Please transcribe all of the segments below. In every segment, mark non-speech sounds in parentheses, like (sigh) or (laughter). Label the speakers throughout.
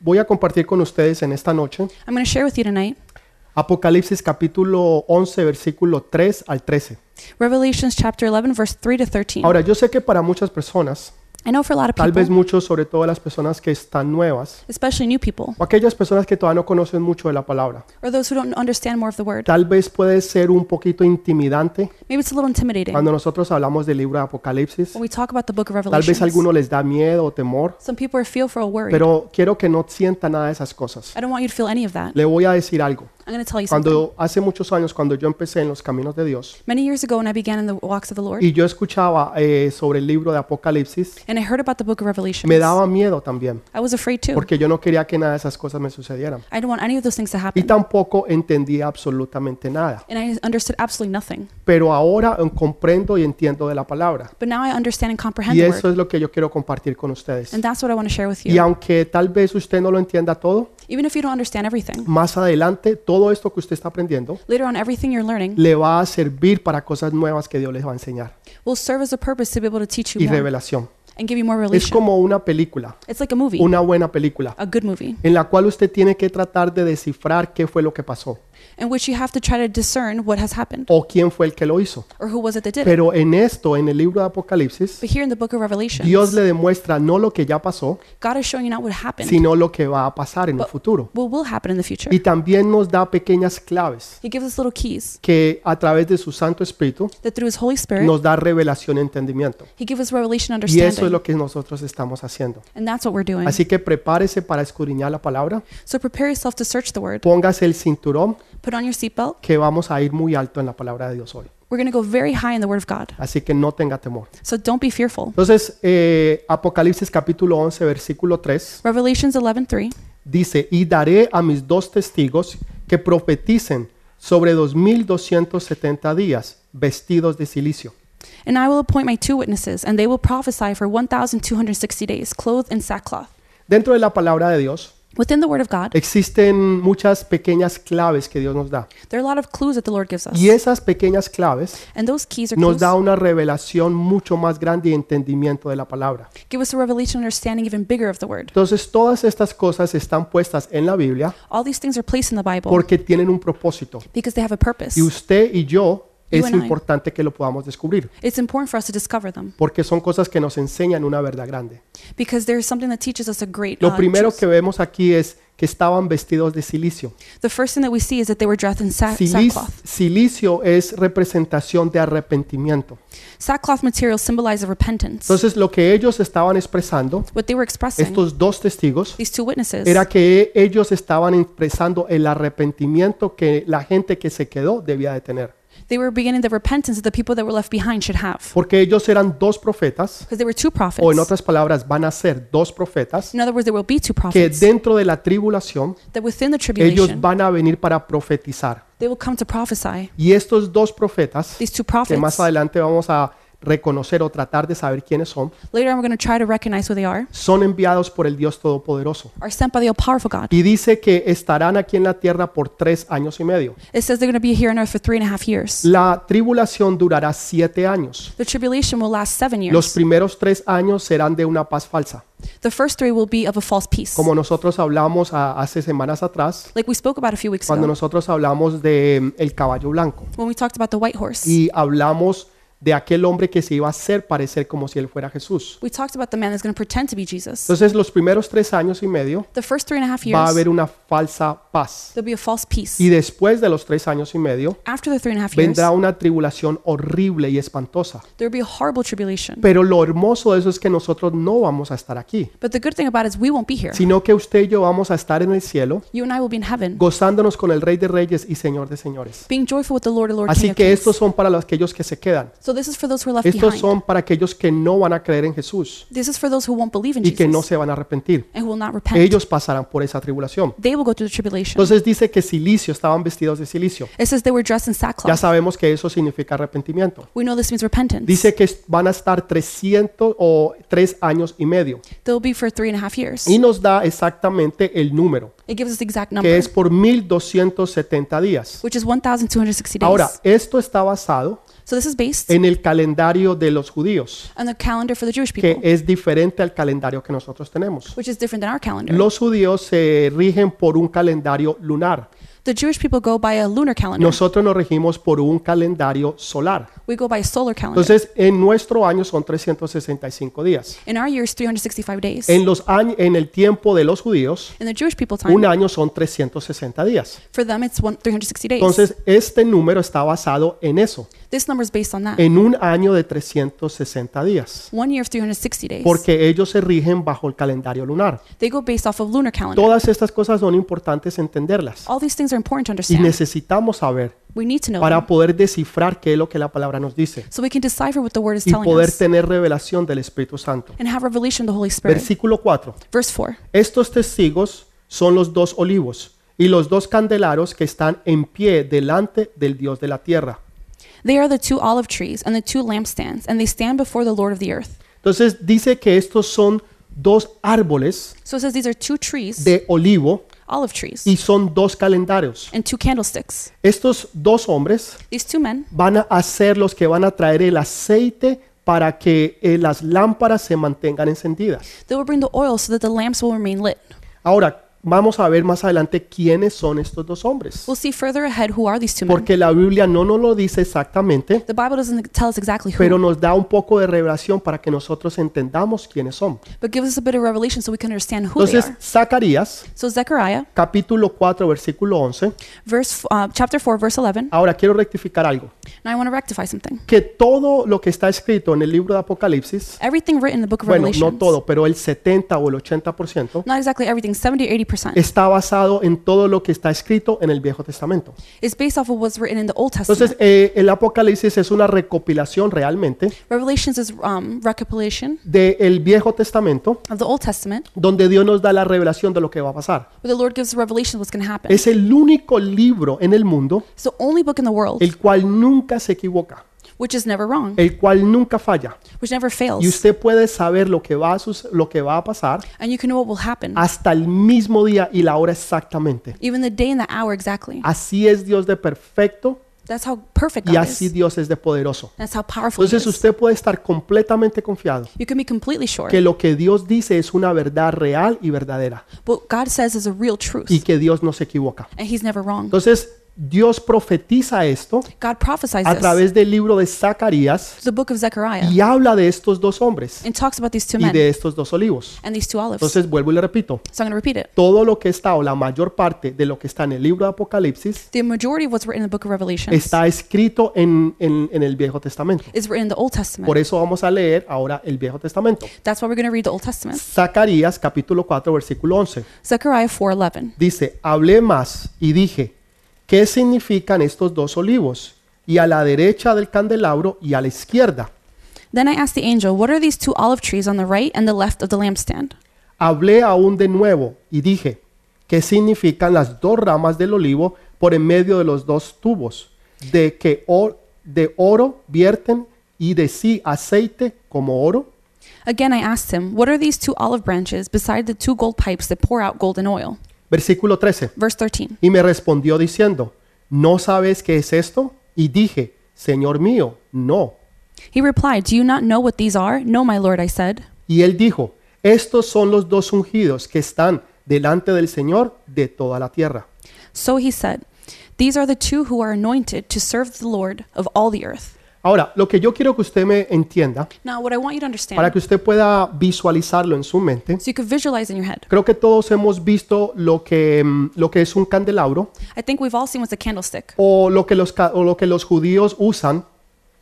Speaker 1: voy a compartir con ustedes en esta noche
Speaker 2: I'm going to share with you tonight
Speaker 1: Apocalipsis capítulo 11, versículo 3 al 13.
Speaker 2: Revelations chapter 11, verse 3 to 13.
Speaker 1: Ahora, yo sé que para muchas personas,
Speaker 2: I know for a lot of
Speaker 1: tal vez
Speaker 2: people,
Speaker 1: muchos, sobre todo las personas que están nuevas,
Speaker 2: especially new people,
Speaker 1: o aquellas personas que todavía no conocen mucho de la palabra,
Speaker 2: or those who don't understand more of the word,
Speaker 1: tal vez puede ser un poquito intimidante
Speaker 2: maybe it's a little intimidating
Speaker 1: cuando nosotros hablamos del libro de Apocalipsis.
Speaker 2: when we talk about the book of
Speaker 1: Tal vez a
Speaker 2: Revelations.
Speaker 1: alguno les da miedo o temor,
Speaker 2: Some people are fearful or worried.
Speaker 1: pero quiero que no sienta nada de esas cosas.
Speaker 2: I don't want you to feel any of that.
Speaker 1: Le voy a decir algo.
Speaker 2: I'm going to tell you something.
Speaker 1: Cuando hace muchos años, cuando yo empecé en los caminos de Dios
Speaker 2: Many years ago, when I began in the walks of the Lord,
Speaker 1: y yo escuchaba eh, sobre el libro de Apocalipsis,
Speaker 2: and I heard about the book of Revelations,
Speaker 1: me daba miedo también,
Speaker 2: I was afraid too.
Speaker 1: porque yo no quería que nada de esas cosas me sucedieran.
Speaker 2: I didn't want any of those things to
Speaker 1: Y
Speaker 2: happen.
Speaker 1: tampoco entendía absolutamente nada.
Speaker 2: And I understood absolutely nothing.
Speaker 1: Pero ahora eh, comprendo y entiendo de la palabra.
Speaker 2: But now I understand and comprehend
Speaker 1: Y
Speaker 2: the
Speaker 1: eso
Speaker 2: word.
Speaker 1: es lo que yo quiero compartir con ustedes.
Speaker 2: And that's what I want to share with
Speaker 1: Y
Speaker 2: you.
Speaker 1: aunque tal vez usted no lo entienda todo,
Speaker 2: Even if you don't understand everything,
Speaker 1: más adelante todo esto que usted está aprendiendo
Speaker 2: later on, everything you're learning
Speaker 1: le va a servir para cosas nuevas que Dios les va a enseñar
Speaker 2: will serve as a purpose to be able to teach
Speaker 1: y
Speaker 2: you more
Speaker 1: revelación.
Speaker 2: and give you more
Speaker 1: Es
Speaker 2: revelation.
Speaker 1: como una película,
Speaker 2: It's like a movie,
Speaker 1: una buena película,
Speaker 2: a good movie,
Speaker 1: en la cual usted tiene que tratar de descifrar qué fue lo que pasó
Speaker 2: in which you have to try to discern what has happened
Speaker 1: o quién fue el que lo hizo.
Speaker 2: or who was it that did it.
Speaker 1: Pero en esto, en el libro de Apocalipsis,
Speaker 2: But here in the book of Revelation,
Speaker 1: Dios le demuestra no lo que ya pasó,
Speaker 2: God is showing you not what happened,
Speaker 1: sino lo que va a pasar en el futuro.
Speaker 2: what will happen in the future.
Speaker 1: Y también nos da pequeñas claves
Speaker 2: He gives us little keys
Speaker 1: que a través de su Santo Espíritu
Speaker 2: that through His Holy Spirit,
Speaker 1: nos da revelación y entendimiento.
Speaker 2: He gives us revelation and
Speaker 1: Y eso es
Speaker 2: understanding.
Speaker 1: lo que nosotros estamos haciendo.
Speaker 2: And that's what we're doing.
Speaker 1: Así que prepárese para escudriñar la palabra,
Speaker 2: So prepare yourself to search the word.
Speaker 1: póngase el cinturón
Speaker 2: Put on your seatbelt.
Speaker 1: que vamos a ir muy alto en la palabra de Dios hoy.
Speaker 2: We're going to go very high in the word of God.
Speaker 1: Así que no tenga temor.
Speaker 2: So don't be fearful.
Speaker 1: Entonces, eh, Apocalipsis capítulo 11, versículo 3,
Speaker 2: Revelations 11:3
Speaker 1: dice, y daré a mis dos testigos que profeticen sobre 2270 días vestidos de silicio.
Speaker 2: And I will appoint my two witnesses, and they will prophesy for 1260 days, clothed in sackcloth.
Speaker 1: Dentro de la palabra de Dios
Speaker 2: Within the word of God,
Speaker 1: existen muchas pequeñas claves que Dios nos da.
Speaker 2: there are a lot of clues that the Lord gives us.
Speaker 1: Y esas pequeñas claves
Speaker 2: And those keys are
Speaker 1: nos
Speaker 2: clues.
Speaker 1: da una revelación mucho más grande y entendimiento de la palabra.
Speaker 2: Give us a revelation understanding even bigger of the word.
Speaker 1: Entonces, todas estas cosas están puestas en la Biblia
Speaker 2: All these things are placed in the Bible
Speaker 1: porque tienen un propósito.
Speaker 2: because they have a purpose.
Speaker 1: Y usted y yo
Speaker 2: You
Speaker 1: es
Speaker 2: and I.
Speaker 1: importante que lo podamos descubrir,
Speaker 2: It's important for us to discover them
Speaker 1: porque son cosas que nos enseñan una verdad grande.
Speaker 2: because there's something that teaches us a great
Speaker 1: Lo
Speaker 2: uh,
Speaker 1: primero
Speaker 2: truth.
Speaker 1: que vemos aquí es que estaban vestidos de silicio.
Speaker 2: The first thing that we see is that they were dressed in Ah, sack-
Speaker 1: Silis-
Speaker 2: sackcloth.
Speaker 1: silicio es representación de arrepentimiento.
Speaker 2: Sackcloth material symbolizes repentance.
Speaker 1: Entonces, lo que ellos estaban expresando,
Speaker 2: what they were expressing,
Speaker 1: estos dos testigos,
Speaker 2: these two witnesses,
Speaker 1: era que ellos estaban expresando el arrepentimiento que la gente que se quedó debía de tener.
Speaker 2: they were beginning the repentance that the people that were left behind should have.
Speaker 1: Porque ellos eran dos profetas,
Speaker 2: Because they were two prophets.
Speaker 1: o Oh, en otras palabras, van a ser dos profetas,
Speaker 2: in other words, there will be
Speaker 1: que
Speaker 2: two prophets.
Speaker 1: dentro de la tribulación
Speaker 2: that within the
Speaker 1: ellos
Speaker 2: tribulation,
Speaker 1: van a venir para profetizar.
Speaker 2: they will come to prophesy.
Speaker 1: Y estos dos profetas,
Speaker 2: These two
Speaker 1: que más
Speaker 2: prophets,
Speaker 1: adelante vamos a reconocer o tratar de saber quiénes son,
Speaker 2: later on we're going to try to recognize who they are,
Speaker 1: son enviados por el Dios Todopoderoso.
Speaker 2: are sent by the all-powerful God.
Speaker 1: Y dice que estarán aquí en la tierra por tres años y medio.
Speaker 2: It says they're going to be here on earth for three and a half years.
Speaker 1: La tribulación durará siete años.
Speaker 2: The tribulation will last seven
Speaker 1: Los
Speaker 2: years.
Speaker 1: primeros tres años serán de una paz falsa.
Speaker 2: The first three will be of a false peace.
Speaker 1: Como nosotros hablamos a- hace semanas atrás,
Speaker 2: Like we spoke about a few weeks
Speaker 1: cuando
Speaker 2: ago,
Speaker 1: nosotros hablamos de mm, el caballo blanco
Speaker 2: when we talked about the white horse.
Speaker 1: y hablamos de aquel hombre que se iba a hacer parecer como si él fuera Jesús.
Speaker 2: We talked about the man that's going to pretend to be Jesus.
Speaker 1: Entonces los primeros tres años y medio
Speaker 2: The first three and a half
Speaker 1: va a
Speaker 2: years,
Speaker 1: haber una falsa paz.
Speaker 2: there'll be a false peace.
Speaker 1: Y después de los tres años y medio
Speaker 2: After the three and a half years,
Speaker 1: vendrá una tribulación horrible y espantosa.
Speaker 2: there'll be a horrible tribulation.
Speaker 1: Pero lo hermoso de eso es que nosotros no vamos a estar aquí,
Speaker 2: But the good thing about it is we won't be here.
Speaker 1: sino que usted y yo vamos a estar en el cielo
Speaker 2: You and I will be in heaven,
Speaker 1: gozándonos con el Rey de Reyes y Señor de Señores.
Speaker 2: being joyful with the Lord and Lord King
Speaker 1: Así
Speaker 2: of
Speaker 1: que
Speaker 2: Kings.
Speaker 1: estos son para los- aquellos que se quedan.
Speaker 2: So this is for those who are left
Speaker 1: Estos
Speaker 2: behind.
Speaker 1: son para aquellos que no van a creer en Jesús
Speaker 2: This is for those who won't believe in
Speaker 1: y que no
Speaker 2: Jesus
Speaker 1: se van a arrepentir.
Speaker 2: and who will not repent.
Speaker 1: Ellos pasarán por esa tribulación.
Speaker 2: They will go through the tribulation.
Speaker 1: Entonces dice que silicio, estaban vestidos de silicio.
Speaker 2: It says they were dressed in
Speaker 1: Ya
Speaker 2: sackcloth.
Speaker 1: sabemos que eso significa arrepentimiento.
Speaker 2: We know this means repentance.
Speaker 1: Dice que es- van a estar 300 o 3 años y medio.
Speaker 2: They'll be for three and a half years.
Speaker 1: Y nos da exactamente el número.
Speaker 2: It gives us the exact
Speaker 1: que
Speaker 2: number,
Speaker 1: es por 1270 días.
Speaker 2: which is 1,260 days.
Speaker 1: Ahora, esto está basado
Speaker 2: so this is based
Speaker 1: en el calendario de los judíos,
Speaker 2: on the calendar for the Jewish
Speaker 1: que
Speaker 2: people,
Speaker 1: es diferente al calendario que nosotros tenemos.
Speaker 2: which is different than our calendar.
Speaker 1: Los judíos se rigen por un calendario lunar.
Speaker 2: the Jewish people go by a lunar calendar.
Speaker 1: Nosotros nos regimos por un calendario solar.
Speaker 2: we go by a solar calendar.
Speaker 1: Entonces, en nuestro año son 365 días.
Speaker 2: in our year is 365 days.
Speaker 1: En, los año- en el tiempo de los judíos,
Speaker 2: in the Jewish people time,
Speaker 1: un año son 360 días.
Speaker 2: for them it's one, 360 days.
Speaker 1: Entonces, este número está basado en eso,
Speaker 2: this number is based on that.
Speaker 1: en un año de 360 días,
Speaker 2: one year of 360 days.
Speaker 1: porque ellos se rigen bajo el calendario lunar.
Speaker 2: they go based off of lunar calendar.
Speaker 1: Todas estas cosas son importantes entenderlas
Speaker 2: All these things are important to
Speaker 1: y
Speaker 2: understand.
Speaker 1: necesitamos saber
Speaker 2: we need to know them
Speaker 1: para poder descifrar qué es lo que la palabra nos dice
Speaker 2: so we can decipher what the word is
Speaker 1: y
Speaker 2: telling
Speaker 1: poder
Speaker 2: us
Speaker 1: tener revelación del Espíritu Santo.
Speaker 2: and have revelation of the Holy Spirit.
Speaker 1: Versículo 4.
Speaker 2: Verse 4.
Speaker 1: Estos testigos son los dos olivos y los dos candelaros que están en pie delante del Dios de la tierra.
Speaker 2: They are the two olive trees and the two lampstands, and they stand before the Lord of the earth.
Speaker 1: Entonces dice que estos son dos árboles
Speaker 2: So it says these are two trees,
Speaker 1: de olivo
Speaker 2: olive trees,
Speaker 1: y son dos calendarios.
Speaker 2: and two candlesticks.
Speaker 1: Estos dos hombres
Speaker 2: These two men
Speaker 1: van a ser los que van a traer el aceite para que eh, las lámparas se mantengan encendidas.
Speaker 2: They will bring the oil so that the lamps will remain lit.
Speaker 1: Ahora, vamos a ver más adelante quiénes son estos dos hombres.
Speaker 2: We'll see further ahead who are these two men.
Speaker 1: Porque la Biblia no nos lo dice exactamente,
Speaker 2: The Bible doesn't tell us exactly who,
Speaker 1: pero nos da un poco de revelación para que nosotros entendamos quiénes son.
Speaker 2: but gives us a bit of revelation so we can understand who they
Speaker 1: Entonces,
Speaker 2: are.
Speaker 1: Zacarías,
Speaker 2: So Zechariah,
Speaker 1: capítulo 4, versículo 11.
Speaker 2: verse, f- uh, chapter 4, verse 11,
Speaker 1: Ahora quiero rectificar algo.
Speaker 2: and I want to rectify something.
Speaker 1: Que todo lo que está escrito en el libro de Apocalipsis,
Speaker 2: Everything written in the book of
Speaker 1: bueno,
Speaker 2: Revelation,
Speaker 1: no todo, pero el 70 o el 80%,
Speaker 2: not exactly everything, 70 or 80%,
Speaker 1: está basado en todo lo que está escrito en el Viejo Testamento.
Speaker 2: is based off of what's written in the Old Testament.
Speaker 1: Entonces, eh, el Apocalipsis es una recopilación realmente
Speaker 2: Revelations is um, recopilation
Speaker 1: del Viejo Testamento,
Speaker 2: of the Old Testament,
Speaker 1: donde Dios nos da la revelación de lo que va a pasar.
Speaker 2: where the Lord gives revelation of what's going to happen.
Speaker 1: Es el único libro en el mundo
Speaker 2: It's the only book in the world
Speaker 1: el cual nunca se equivoca,
Speaker 2: which is never wrong,
Speaker 1: el cual nunca falla.
Speaker 2: which never fails,
Speaker 1: Y usted puede saber lo que va a, sus- lo que va a pasar
Speaker 2: and you can know what will happen,
Speaker 1: hasta el mismo día y la hora exactamente.
Speaker 2: even the day and the hour exactly.
Speaker 1: Así es Dios de perfecto
Speaker 2: That's how perfect
Speaker 1: y
Speaker 2: God
Speaker 1: así
Speaker 2: is.
Speaker 1: Dios es de poderoso.
Speaker 2: That's how powerful He
Speaker 1: Entonces
Speaker 2: is.
Speaker 1: usted puede estar completamente confiado
Speaker 2: You can be completely sure
Speaker 1: que lo que Dios dice es una verdad real y verdadera
Speaker 2: what God says is a real
Speaker 1: y
Speaker 2: truth,
Speaker 1: que Dios no se equivoca.
Speaker 2: and He's never wrong.
Speaker 1: Entonces Dios profetiza esto
Speaker 2: God prophesies
Speaker 1: a
Speaker 2: this
Speaker 1: través del libro de Zacarías
Speaker 2: to the book of Zechariah
Speaker 1: y habla de estos dos hombres
Speaker 2: and talks about these two
Speaker 1: y
Speaker 2: men
Speaker 1: de estos dos olivos.
Speaker 2: and these two olives.
Speaker 1: Entonces vuelvo y le repito,
Speaker 2: so I'm going to repeat it.
Speaker 1: todo lo que está o la mayor parte de lo que está en el libro de Apocalipsis
Speaker 2: The majority of what's written in the book of Revelation
Speaker 1: está escrito en, en- en el Viejo Testamento.
Speaker 2: is written in the Old Testament.
Speaker 1: Por eso vamos a leer ahora el Viejo Testamento.
Speaker 2: That's why we're going to read the Old Testament.
Speaker 1: Zacarías capítulo 4 versículo 11
Speaker 2: Zechariah 4:11.
Speaker 1: dice, hablé más y dije, ¿qué significan estos dos olivos? Y a la derecha del candelabro y a la izquierda.
Speaker 2: Then I asked the angel, "What are these two olive trees on the right and the left of the lampstand?"
Speaker 1: Hablé aún de nuevo y dije, ¿qué significan las dos ramas del olivo por en medio de los dos tubos? De que o- de oro vierten y de sí aceite como oro.
Speaker 2: Again I asked him, "What are these two olive branches beside the two gold pipes that pour out golden oil?"
Speaker 1: Versículo 13.
Speaker 2: Verse 13.
Speaker 1: Y me respondió diciendo, ¿no sabes qué es esto? Y dije, Señor mío, no.
Speaker 2: He replied, "Do you not know what these are?" "No, my lord," I said.
Speaker 1: Y él dijo, estos son los dos ungidos que están delante del Señor de toda la tierra.
Speaker 2: So he said, "These are the two who are anointed to serve the Lord of all the earth."
Speaker 1: Ahora, lo que yo quiero que usted me entienda
Speaker 2: Now, what I want you to understand
Speaker 1: para que usted pueda visualizarlo en su mente.
Speaker 2: so you could visualize in your head.
Speaker 1: Creo que todos hemos visto lo que, mm, lo que es un candelabro
Speaker 2: I think we've all seen what's a candlestick
Speaker 1: o lo que los, ca- o lo que los judíos usan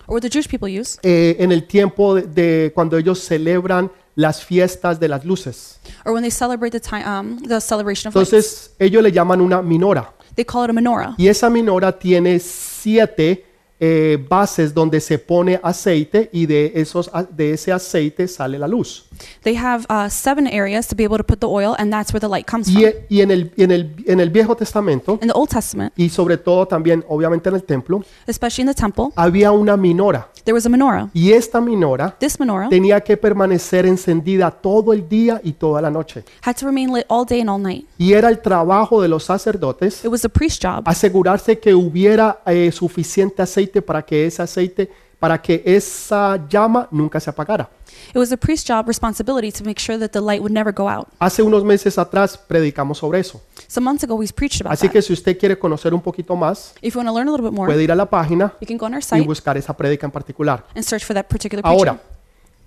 Speaker 2: or what the Jewish people use
Speaker 1: eh, en el tiempo de, de cuando ellos celebran las fiestas de las luces.
Speaker 2: or when they celebrate the time um, the celebration of lights.
Speaker 1: Entonces ellos le llaman una minora
Speaker 2: They call it a menorah.
Speaker 1: y esa minora tiene siete eh, bases donde se pone aceite y de, esos, a- de ese aceite sale la luz.
Speaker 2: They have uh, seven areas to be able to put the oil, and that's where the light comes
Speaker 1: Y,
Speaker 2: from.
Speaker 1: e- y en, el, y en, el, en el Viejo Testamento,
Speaker 2: In the Old Testament,
Speaker 1: y sobre todo también obviamente en el templo,
Speaker 2: especially in the temple,
Speaker 1: había una minora.
Speaker 2: there was a menorah.
Speaker 1: Y esta minora
Speaker 2: This menorah
Speaker 1: tenía que permanecer encendida todo el día y toda la noche.
Speaker 2: had to remain lit all day and all night.
Speaker 1: Y era el trabajo de los sacerdotes
Speaker 2: It was the priest's job
Speaker 1: asegurarse que hubiera eh, suficiente aceite para que ese aceite, para que esa llama nunca se apagara.
Speaker 2: It was the priest's job responsibility to make sure that the light would never go out.
Speaker 1: Hace unos meses atrás predicamos sobre eso.
Speaker 2: Some months ago, we preached about
Speaker 1: Así
Speaker 2: that.
Speaker 1: que si usted quiere conocer un poquito más,
Speaker 2: If you want to learn a little bit more,
Speaker 1: puede ir a la página
Speaker 2: you can go on our
Speaker 1: y
Speaker 2: site
Speaker 1: buscar esa prédica en particular.
Speaker 2: and search for that particular preacher.
Speaker 1: Ahora,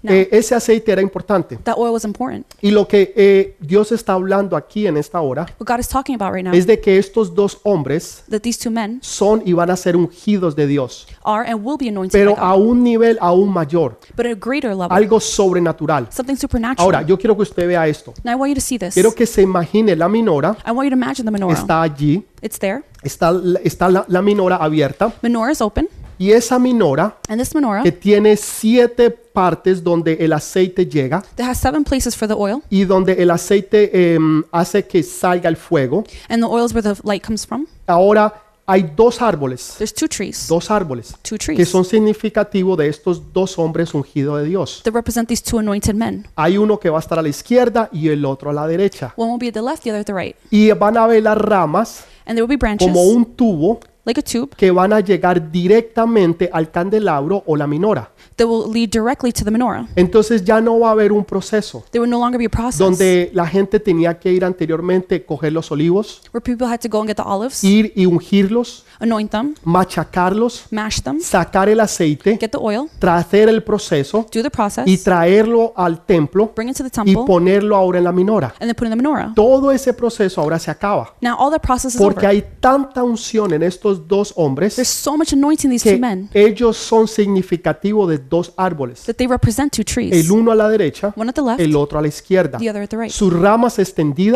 Speaker 1: eh, ese aceite era importante.
Speaker 2: that oil was important.
Speaker 1: Y lo que eh, Dios está hablando aquí en esta hora
Speaker 2: What God is talking about right now
Speaker 1: es de que estos dos hombres
Speaker 2: that these two men
Speaker 1: son y van a ser ungidos de Dios,
Speaker 2: are and will be anointed by
Speaker 1: pero
Speaker 2: God,
Speaker 1: a un nivel aún mayor,
Speaker 2: but at a greater level,
Speaker 1: algo sobrenatural.
Speaker 2: something supernatural.
Speaker 1: Ahora, yo quiero que usted vea esto.
Speaker 2: now I want you to see this.
Speaker 1: Quiero que se imagine la minora,
Speaker 2: I want you to imagine the menorah.
Speaker 1: está allí,
Speaker 2: it's there.
Speaker 1: está, la- está la, la minora abierta,
Speaker 2: Menorah is open,
Speaker 1: y esa minora
Speaker 2: and this menorah
Speaker 1: que tiene siete partes donde el aceite llega
Speaker 2: that has seven places for the oil,
Speaker 1: y donde el aceite em, hace que salga el fuego.
Speaker 2: and the oil is where the light comes from.
Speaker 1: Ahora hay dos árboles,
Speaker 2: There's two trees,
Speaker 1: dos árboles
Speaker 2: two
Speaker 1: que
Speaker 2: trees
Speaker 1: son significativos de estos dos hombres ungidos de Dios.
Speaker 2: that represent these two anointed men.
Speaker 1: Hay uno que va a estar a la izquierda y el otro a la derecha.
Speaker 2: One will be at the left, the other at the right,
Speaker 1: Y van a ver las ramas
Speaker 2: and there will be branches
Speaker 1: como un tubo
Speaker 2: like a tube
Speaker 1: que van a llegar directamente al candelabro o la minora.
Speaker 2: that will lead directly to the menorah.
Speaker 1: Entonces ya no va a haber un proceso
Speaker 2: There would no longer be a process
Speaker 1: donde la gente tenía que ir anteriormente, coger los olivos,
Speaker 2: where people had to go and get the olives,
Speaker 1: ir y ungirlos,
Speaker 2: anoint them,
Speaker 1: machacarlos,
Speaker 2: mash them,
Speaker 1: sacar el aceite,
Speaker 2: get the oil,
Speaker 1: traer el proceso
Speaker 2: do the process,
Speaker 1: y traerlo al templo
Speaker 2: bring it to the
Speaker 1: y
Speaker 2: temple,
Speaker 1: ponerlo ahora en la minora.
Speaker 2: and then put in the menorah.
Speaker 1: Todo ese proceso ahora se acaba
Speaker 2: Now all that process is
Speaker 1: porque
Speaker 2: over.
Speaker 1: hay tanta unción en estos dos
Speaker 2: There's
Speaker 1: hombres
Speaker 2: so much anointing these two
Speaker 1: que
Speaker 2: men
Speaker 1: ellos son significativos de dos árboles,
Speaker 2: that they represent two trees,
Speaker 1: el uno a la derecha
Speaker 2: one at the left,
Speaker 1: el otro a la izquierda.
Speaker 2: the other at the right.
Speaker 1: Sus ramas extendidas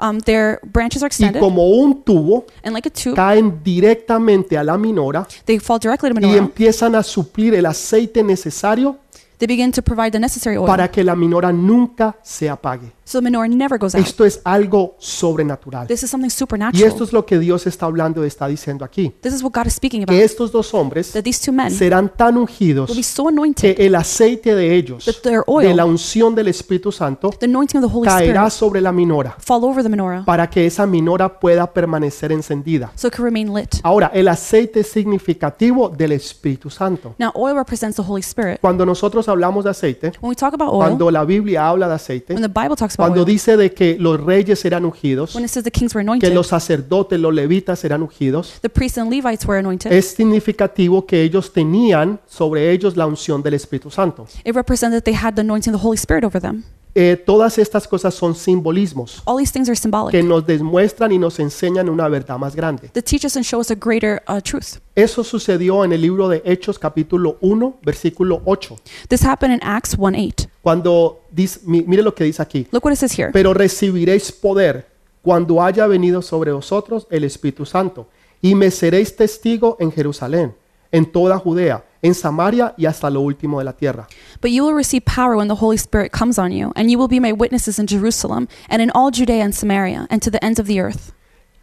Speaker 2: Um, their branches are
Speaker 1: y
Speaker 2: extended,
Speaker 1: como un tubo
Speaker 2: and like a tube,
Speaker 1: caen directamente a la minora
Speaker 2: they fall directly to
Speaker 1: y
Speaker 2: menorah.
Speaker 1: empiezan a suplir el aceite necesario
Speaker 2: They begin to provide the necessary oil,
Speaker 1: para que la minora nunca se apague.
Speaker 2: so the menorah never goes out.
Speaker 1: Esto es algo sobrenatural.
Speaker 2: This is something
Speaker 1: Y esto
Speaker 2: supernatural.
Speaker 1: es lo que Dios está hablando y está diciendo aquí.
Speaker 2: This is what God is speaking
Speaker 1: Que
Speaker 2: about.
Speaker 1: estos dos hombres
Speaker 2: That these two men
Speaker 1: serán tan
Speaker 2: will be
Speaker 1: ungidos
Speaker 2: so
Speaker 1: que
Speaker 2: anointed
Speaker 1: el aceite de ellos,
Speaker 2: that their
Speaker 1: de la
Speaker 2: oil,
Speaker 1: unción del Espíritu Santo,
Speaker 2: the anointing of the Holy
Speaker 1: caerá
Speaker 2: Spirit,
Speaker 1: sobre la minora
Speaker 2: fall over the menorah,
Speaker 1: para que esa minora pueda permanecer encendida.
Speaker 2: so it can remain lit.
Speaker 1: Ahora, el aceite es significativo del Espíritu Santo.
Speaker 2: Now, oil represents the Holy Spirit.
Speaker 1: Cuando nosotros hablamos de aceite,
Speaker 2: When we talk about oil,
Speaker 1: cuando la Biblia habla de aceite,
Speaker 2: when the Bible talks about
Speaker 1: cuando
Speaker 2: oil,
Speaker 1: dice de que los reyes eran ungidos,
Speaker 2: when it says the kings were
Speaker 1: que
Speaker 2: anointed,
Speaker 1: los sacerdotes, los levitas eran ungidos,
Speaker 2: the priests and Levites were anointed,
Speaker 1: es significativo que ellos tenían sobre ellos la unción del Espíritu Santo.
Speaker 2: it represented that they had the anointing of the Holy Spirit over them.
Speaker 1: Eh, todas estas cosas son simbolismos
Speaker 2: All these things are symbolic.
Speaker 1: que nos demuestran y nos enseñan una verdad más grande.
Speaker 2: that teach us and show us a greater uh, truth.
Speaker 1: Eso sucedió en el libro de Hechos capítulo 1, versículo 8,
Speaker 2: This happened in Acts 1:8.
Speaker 1: cuando dice, mi- mire lo que dice aquí,
Speaker 2: Look what it says here.
Speaker 1: pero recibiréis poder cuando haya venido sobre vosotros el Espíritu Santo, y me seréis testigo en Jerusalén, en toda Judea, en Samaria y hasta lo último de la tierra.
Speaker 2: But you will receive power when the Holy Spirit comes on you, and you will be my witnesses in Jerusalem and in all Judea and Samaria and to the ends of the earth.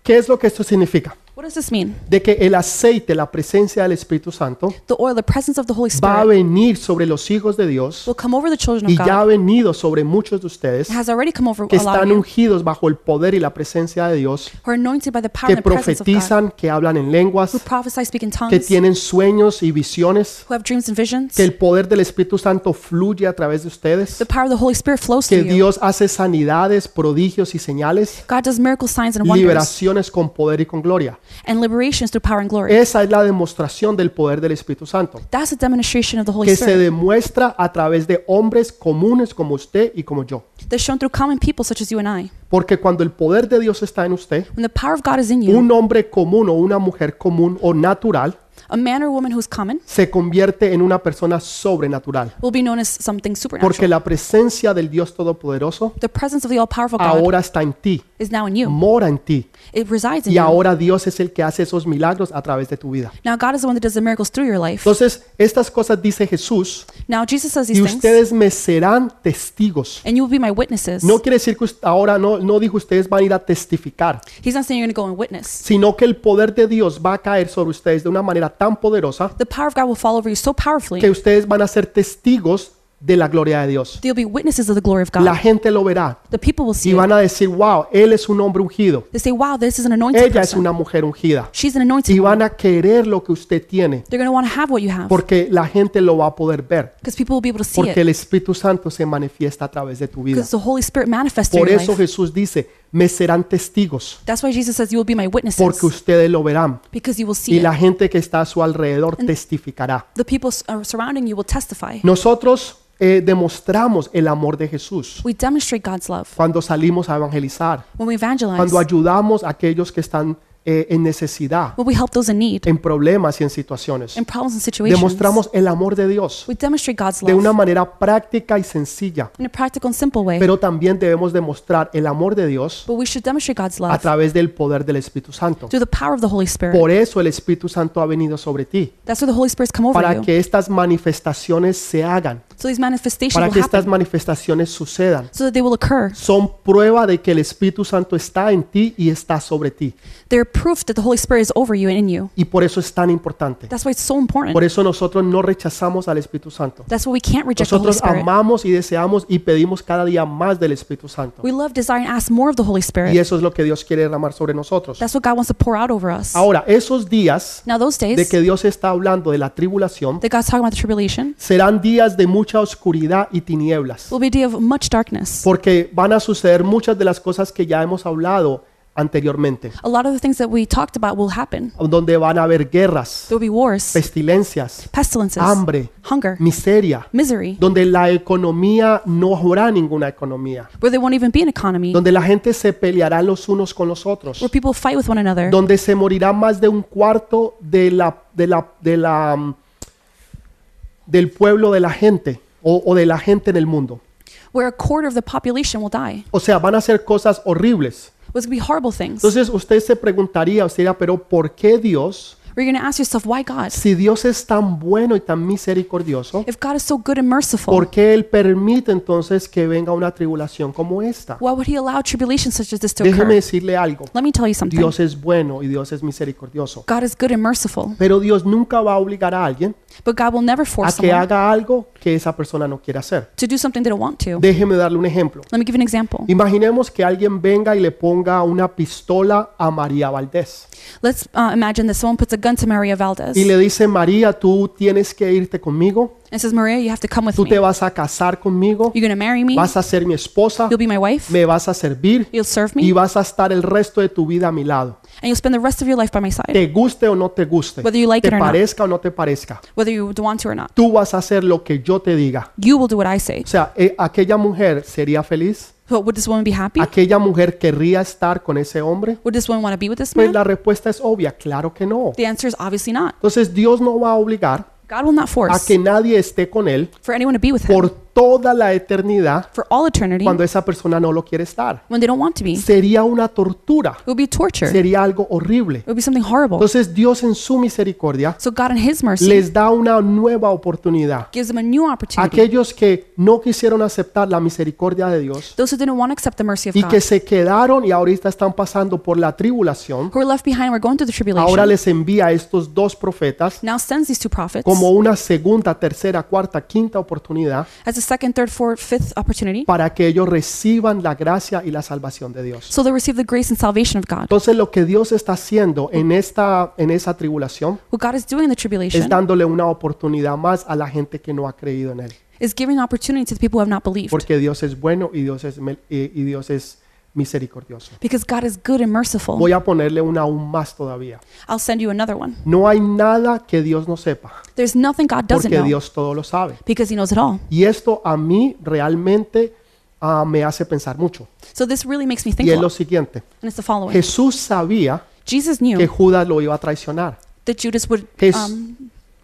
Speaker 1: ¿Qué es lo que esto significa?
Speaker 2: What does this mean?
Speaker 1: De que el aceite, la presencia del Espíritu Santo,
Speaker 2: The oil, the presence of the Holy
Speaker 1: va a
Speaker 2: Spirit,
Speaker 1: venir sobre los hijos de Dios
Speaker 2: will come over the children
Speaker 1: y
Speaker 2: of
Speaker 1: ya ha
Speaker 2: God.
Speaker 1: venido sobre muchos de ustedes
Speaker 2: It has already come over
Speaker 1: que
Speaker 2: a lot of
Speaker 1: están
Speaker 2: you
Speaker 1: ungidos bajo el poder y la presencia de Dios,
Speaker 2: who are anointed by the power
Speaker 1: que
Speaker 2: and the presence of God,
Speaker 1: profetizan, que hablan en
Speaker 2: who
Speaker 1: lenguas,
Speaker 2: prophesy, speak in
Speaker 1: que
Speaker 2: tongues, who
Speaker 1: tienen sueños y visiones,
Speaker 2: have dreams and visions.
Speaker 1: que el poder del Espíritu Santo fluye a través de ustedes,
Speaker 2: The power of the Holy Spirit flows
Speaker 1: que
Speaker 2: through you.
Speaker 1: Dios hace sanidades, prodigios y señales,
Speaker 2: God does miracles, signs, and wonders,
Speaker 1: liberaciones con poder y con gloria.
Speaker 2: and liberations through power and glory.
Speaker 1: Esa es la demostración del poder del Espíritu Santo,
Speaker 2: That's a demonstration of the Holy
Speaker 1: que se
Speaker 2: Spirit.
Speaker 1: demuestra a través de hombres comunes como usted y como yo.
Speaker 2: that's shown through common people such as you and I.
Speaker 1: Porque cuando el poder de Dios está en usted,
Speaker 2: When the power of God is in you,
Speaker 1: un hombre común o una mujer común o natural
Speaker 2: a man or woman who's common
Speaker 1: se convierte en una persona sobrenatural.
Speaker 2: will be known as something supernatural.
Speaker 1: Porque la presencia del Dios Todopoderoso
Speaker 2: The presence of the all powerful God
Speaker 1: ahora está en ti,
Speaker 2: is now in you,
Speaker 1: mora en ti.
Speaker 2: it resides in
Speaker 1: Y
Speaker 2: you.
Speaker 1: ahora Dios es el que hace esos milagros a través de tu vida.
Speaker 2: Now, God is the one that does the miracles through your life.
Speaker 1: Entonces, estas cosas dice Jesús,
Speaker 2: Now, Jesus says
Speaker 1: y
Speaker 2: these things,
Speaker 1: ustedes me serán testigos.
Speaker 2: and you will be my witnesses.
Speaker 1: No quiere decir que us- ahora no, no dijo ustedes van a ir a testificar,
Speaker 2: He's not saying you're going to go and witness.
Speaker 1: sino que el poder de Dios va a caer sobre ustedes de una manera tan poderosa
Speaker 2: The power of God will fall over you so powerfully
Speaker 1: que ustedes van a ser testigos de la gloria de Dios.
Speaker 2: that you'll be witnesses of the glory of
Speaker 1: La
Speaker 2: God.
Speaker 1: gente lo verá
Speaker 2: The people will see
Speaker 1: y
Speaker 2: you.
Speaker 1: van a decir, wow, él es un hombre ungido,
Speaker 2: They say, wow, this is an anointed
Speaker 1: ella es
Speaker 2: person.
Speaker 1: una mujer ungida.
Speaker 2: She's
Speaker 1: Y
Speaker 2: an anointed one.
Speaker 1: van a querer lo que usted tiene,
Speaker 2: They're going to want to have what you have
Speaker 1: porque la gente lo va a poder ver,
Speaker 2: because people will be able to see
Speaker 1: porque
Speaker 2: it
Speaker 1: el Espíritu Santo se manifiesta a través de tu vida.
Speaker 2: because the Holy Spirit manifests through
Speaker 1: Por
Speaker 2: your
Speaker 1: eso
Speaker 2: life.
Speaker 1: Jesús dice, me serán testigos,
Speaker 2: That's why Jesus says, you will be my
Speaker 1: porque
Speaker 2: witnesses
Speaker 1: ustedes lo verán.
Speaker 2: because you will
Speaker 1: y
Speaker 2: see
Speaker 1: la
Speaker 2: it.
Speaker 1: gente que está a su alrededor testificará.
Speaker 2: The people s- uh, surrounding you will testify.
Speaker 1: Nosotros eh, demostramos el amor de Jesús
Speaker 2: We demonstrate God's love
Speaker 1: cuando salimos a evangelizar,
Speaker 2: when we evangelize,
Speaker 1: cuando ayudamos a aquellos que están eh, en necesidad,
Speaker 2: when we help those in need,
Speaker 1: en problemas y en situaciones.
Speaker 2: in problems and situations.
Speaker 1: Demostramos el amor de Dios
Speaker 2: We demonstrate God's
Speaker 1: de una
Speaker 2: love
Speaker 1: manera práctica y sencilla,
Speaker 2: in a practical and simple way,
Speaker 1: pero también debemos demostrar el amor de Dios
Speaker 2: but we should demonstrate God's
Speaker 1: a
Speaker 2: love
Speaker 1: través del poder del Espíritu Santo.
Speaker 2: through the power of the Holy Spirit.
Speaker 1: Por eso el Espíritu Santo ha venido sobre ti,
Speaker 2: That's where the Holy Spirit's come over
Speaker 1: para
Speaker 2: you.
Speaker 1: que estas manifestaciones se hagan,
Speaker 2: So these manifestations
Speaker 1: para
Speaker 2: will
Speaker 1: que estas
Speaker 2: happen
Speaker 1: manifestaciones sucedan.
Speaker 2: so that they will occur.
Speaker 1: son prueba de que el Espíritu Santo está en ti y está sobre ti.
Speaker 2: They're proof that the Holy Spirit is over you and in you.
Speaker 1: Y por eso es tan importante.
Speaker 2: That's why it's so important.
Speaker 1: Por eso nosotros no rechazamos al Espíritu Santo.
Speaker 2: That's why we can't reject the Holy
Speaker 1: Nosotros
Speaker 2: Spirit.
Speaker 1: amamos y deseamos y pedimos cada día más del Espíritu Santo.
Speaker 2: We love, desire, and ask more of the Holy
Speaker 1: Y
Speaker 2: Spirit.
Speaker 1: eso es lo que Dios quiere derramar sobre nosotros.
Speaker 2: That's what God wants to pour out over us.
Speaker 1: Ahora, esos días
Speaker 2: Now, those
Speaker 1: de
Speaker 2: days
Speaker 1: que Dios está hablando de la tribulación
Speaker 2: that God's talking about the tribulation
Speaker 1: serán días de mucha oscuridad y tinieblas.
Speaker 2: will be a day of much darkness.
Speaker 1: Porque van a suceder muchas de las cosas que ya hemos hablado anteriormente.
Speaker 2: A lot of the things that we talked about will happen.
Speaker 1: Donde van a haber guerras,
Speaker 2: There will be wars,
Speaker 1: pestilencias,
Speaker 2: pestilences,
Speaker 1: hambre,
Speaker 2: hunger,
Speaker 1: miseria,
Speaker 2: misery,
Speaker 1: donde la economía no habrá ninguna economía,
Speaker 2: where there won't even be an economy,
Speaker 1: donde la gente se peleará los unos con los otros,
Speaker 2: where people fight with one another,
Speaker 1: donde se morirá más de un cuarto de la, de la, de la, mm, del pueblo de la gente o, o de la gente en el mundo.
Speaker 2: where a quarter of the population will die.
Speaker 1: O sea, van a ser cosas horribles.
Speaker 2: It's going to be horrible things.
Speaker 1: Entonces usted se preguntaría, usted dirá, pero ¿por qué Dios,
Speaker 2: Where you're going to ask yourself, why God?
Speaker 1: si Dios es tan bueno y tan misericordioso,
Speaker 2: If God is so good and merciful,
Speaker 1: por qué Él permite entonces que venga una tribulación como esta?
Speaker 2: why would He allow tribulation such as this to
Speaker 1: Déjeme
Speaker 2: occur?
Speaker 1: decirle algo.
Speaker 2: Let me tell you something.
Speaker 1: Dios es bueno y Dios es misericordioso.
Speaker 2: God is good and merciful,
Speaker 1: Pero Dios nunca va a obligar a alguien
Speaker 2: but God will never force
Speaker 1: a que
Speaker 2: someone
Speaker 1: haga algo que esa persona no quiere hacer.
Speaker 2: to do something they don't want to.
Speaker 1: Déjeme darle un ejemplo.
Speaker 2: Let me give you an example.
Speaker 1: Imaginemos que alguien venga y le ponga una pistola a María Valdés
Speaker 2: Let's uh, imagine that someone puts a gun to Maria Valdez
Speaker 1: y le dice, María, tú tienes que irte conmigo,
Speaker 2: and says, Maria, you have to come with
Speaker 1: tú
Speaker 2: me.
Speaker 1: te
Speaker 2: You're
Speaker 1: vas a casar conmigo,
Speaker 2: going to marry me.
Speaker 1: vas a ser mi esposa,
Speaker 2: You'll be my wife.
Speaker 1: me vas a servir
Speaker 2: You'll serve
Speaker 1: y
Speaker 2: me.
Speaker 1: vas a estar el resto de tu vida a mi lado.
Speaker 2: And you'll spend the rest of your life by my side.
Speaker 1: Te guste o no te guste,
Speaker 2: Whether you like
Speaker 1: te
Speaker 2: it or not.
Speaker 1: parezca o no te parezca,
Speaker 2: whether you want to or not.
Speaker 1: tú vas a hacer lo que yo te diga.
Speaker 2: You will do what I say.
Speaker 1: O sea, eh, aquella mujer sería feliz.
Speaker 2: But would this woman be happy?
Speaker 1: Aquella mujer querría estar con ese hombre.
Speaker 2: Would this woman want to be with this
Speaker 1: Pues
Speaker 2: man?
Speaker 1: la respuesta es obvia, claro que no.
Speaker 2: The answer is obviously not.
Speaker 1: Entonces Dios no va a obligar
Speaker 2: God will not
Speaker 1: a
Speaker 2: force
Speaker 1: que nadie esté con él
Speaker 2: for anyone to be with him
Speaker 1: por toda la eternidad
Speaker 2: for all eternity
Speaker 1: cuando esa persona no lo quiere estar.
Speaker 2: when they don't want to be. It
Speaker 1: Sería una tortura,
Speaker 2: would be torture. It
Speaker 1: sería algo horrible.
Speaker 2: would be something horrible.
Speaker 1: Entonces Dios en su misericordia
Speaker 2: So God in his mercy
Speaker 1: les da una nueva oportunidad.
Speaker 2: gives them a new opportunity.
Speaker 1: Aquellos que no quisieron aceptar la misericordia de Dios
Speaker 2: Those who didn't want to accept the mercy of
Speaker 1: y que
Speaker 2: God,
Speaker 1: se quedaron y ahorita están pasando por la tribulación,
Speaker 2: who were left behind, were going through the
Speaker 1: ahora
Speaker 2: tribulation,
Speaker 1: les envía a estos dos profetas
Speaker 2: now sends these two prophets
Speaker 1: como una segunda, tercera, cuarta, quinta oportunidad
Speaker 2: as a second, third, fourth, fifth opportunity.
Speaker 1: para que ellos reciban la gracia y la salvación de Dios.
Speaker 2: So they receive the grace and salvation of God.
Speaker 1: Entonces lo que Dios está haciendo en esta en esa tribulación
Speaker 2: What God is doing in the
Speaker 1: es
Speaker 2: tribulation
Speaker 1: dándole una oportunidad más a la gente que no ha creído en él,
Speaker 2: is giving opportunity to the people who have not believed.
Speaker 1: porque Dios es bueno y Dios es mel- y y Dios es misericordioso.
Speaker 2: Because God is good and merciful.
Speaker 1: Voy a ponerle una aún más todavía.
Speaker 2: I'll send you another one.
Speaker 1: No hay nada que Dios no sepa,
Speaker 2: There's nothing God doesn't
Speaker 1: porque
Speaker 2: know
Speaker 1: Dios todo lo sabe.
Speaker 2: because He knows it all.
Speaker 1: Y esto a mí realmente ah, me hace pensar mucho.
Speaker 2: So this really makes me think
Speaker 1: Y
Speaker 2: a
Speaker 1: es lo
Speaker 2: lot.
Speaker 1: siguiente.
Speaker 2: And it's the following
Speaker 1: Jesús sabía
Speaker 2: Jesus
Speaker 1: que
Speaker 2: knew
Speaker 1: Judas lo iba a traicionar.
Speaker 2: that Judas would
Speaker 1: His-
Speaker 2: um,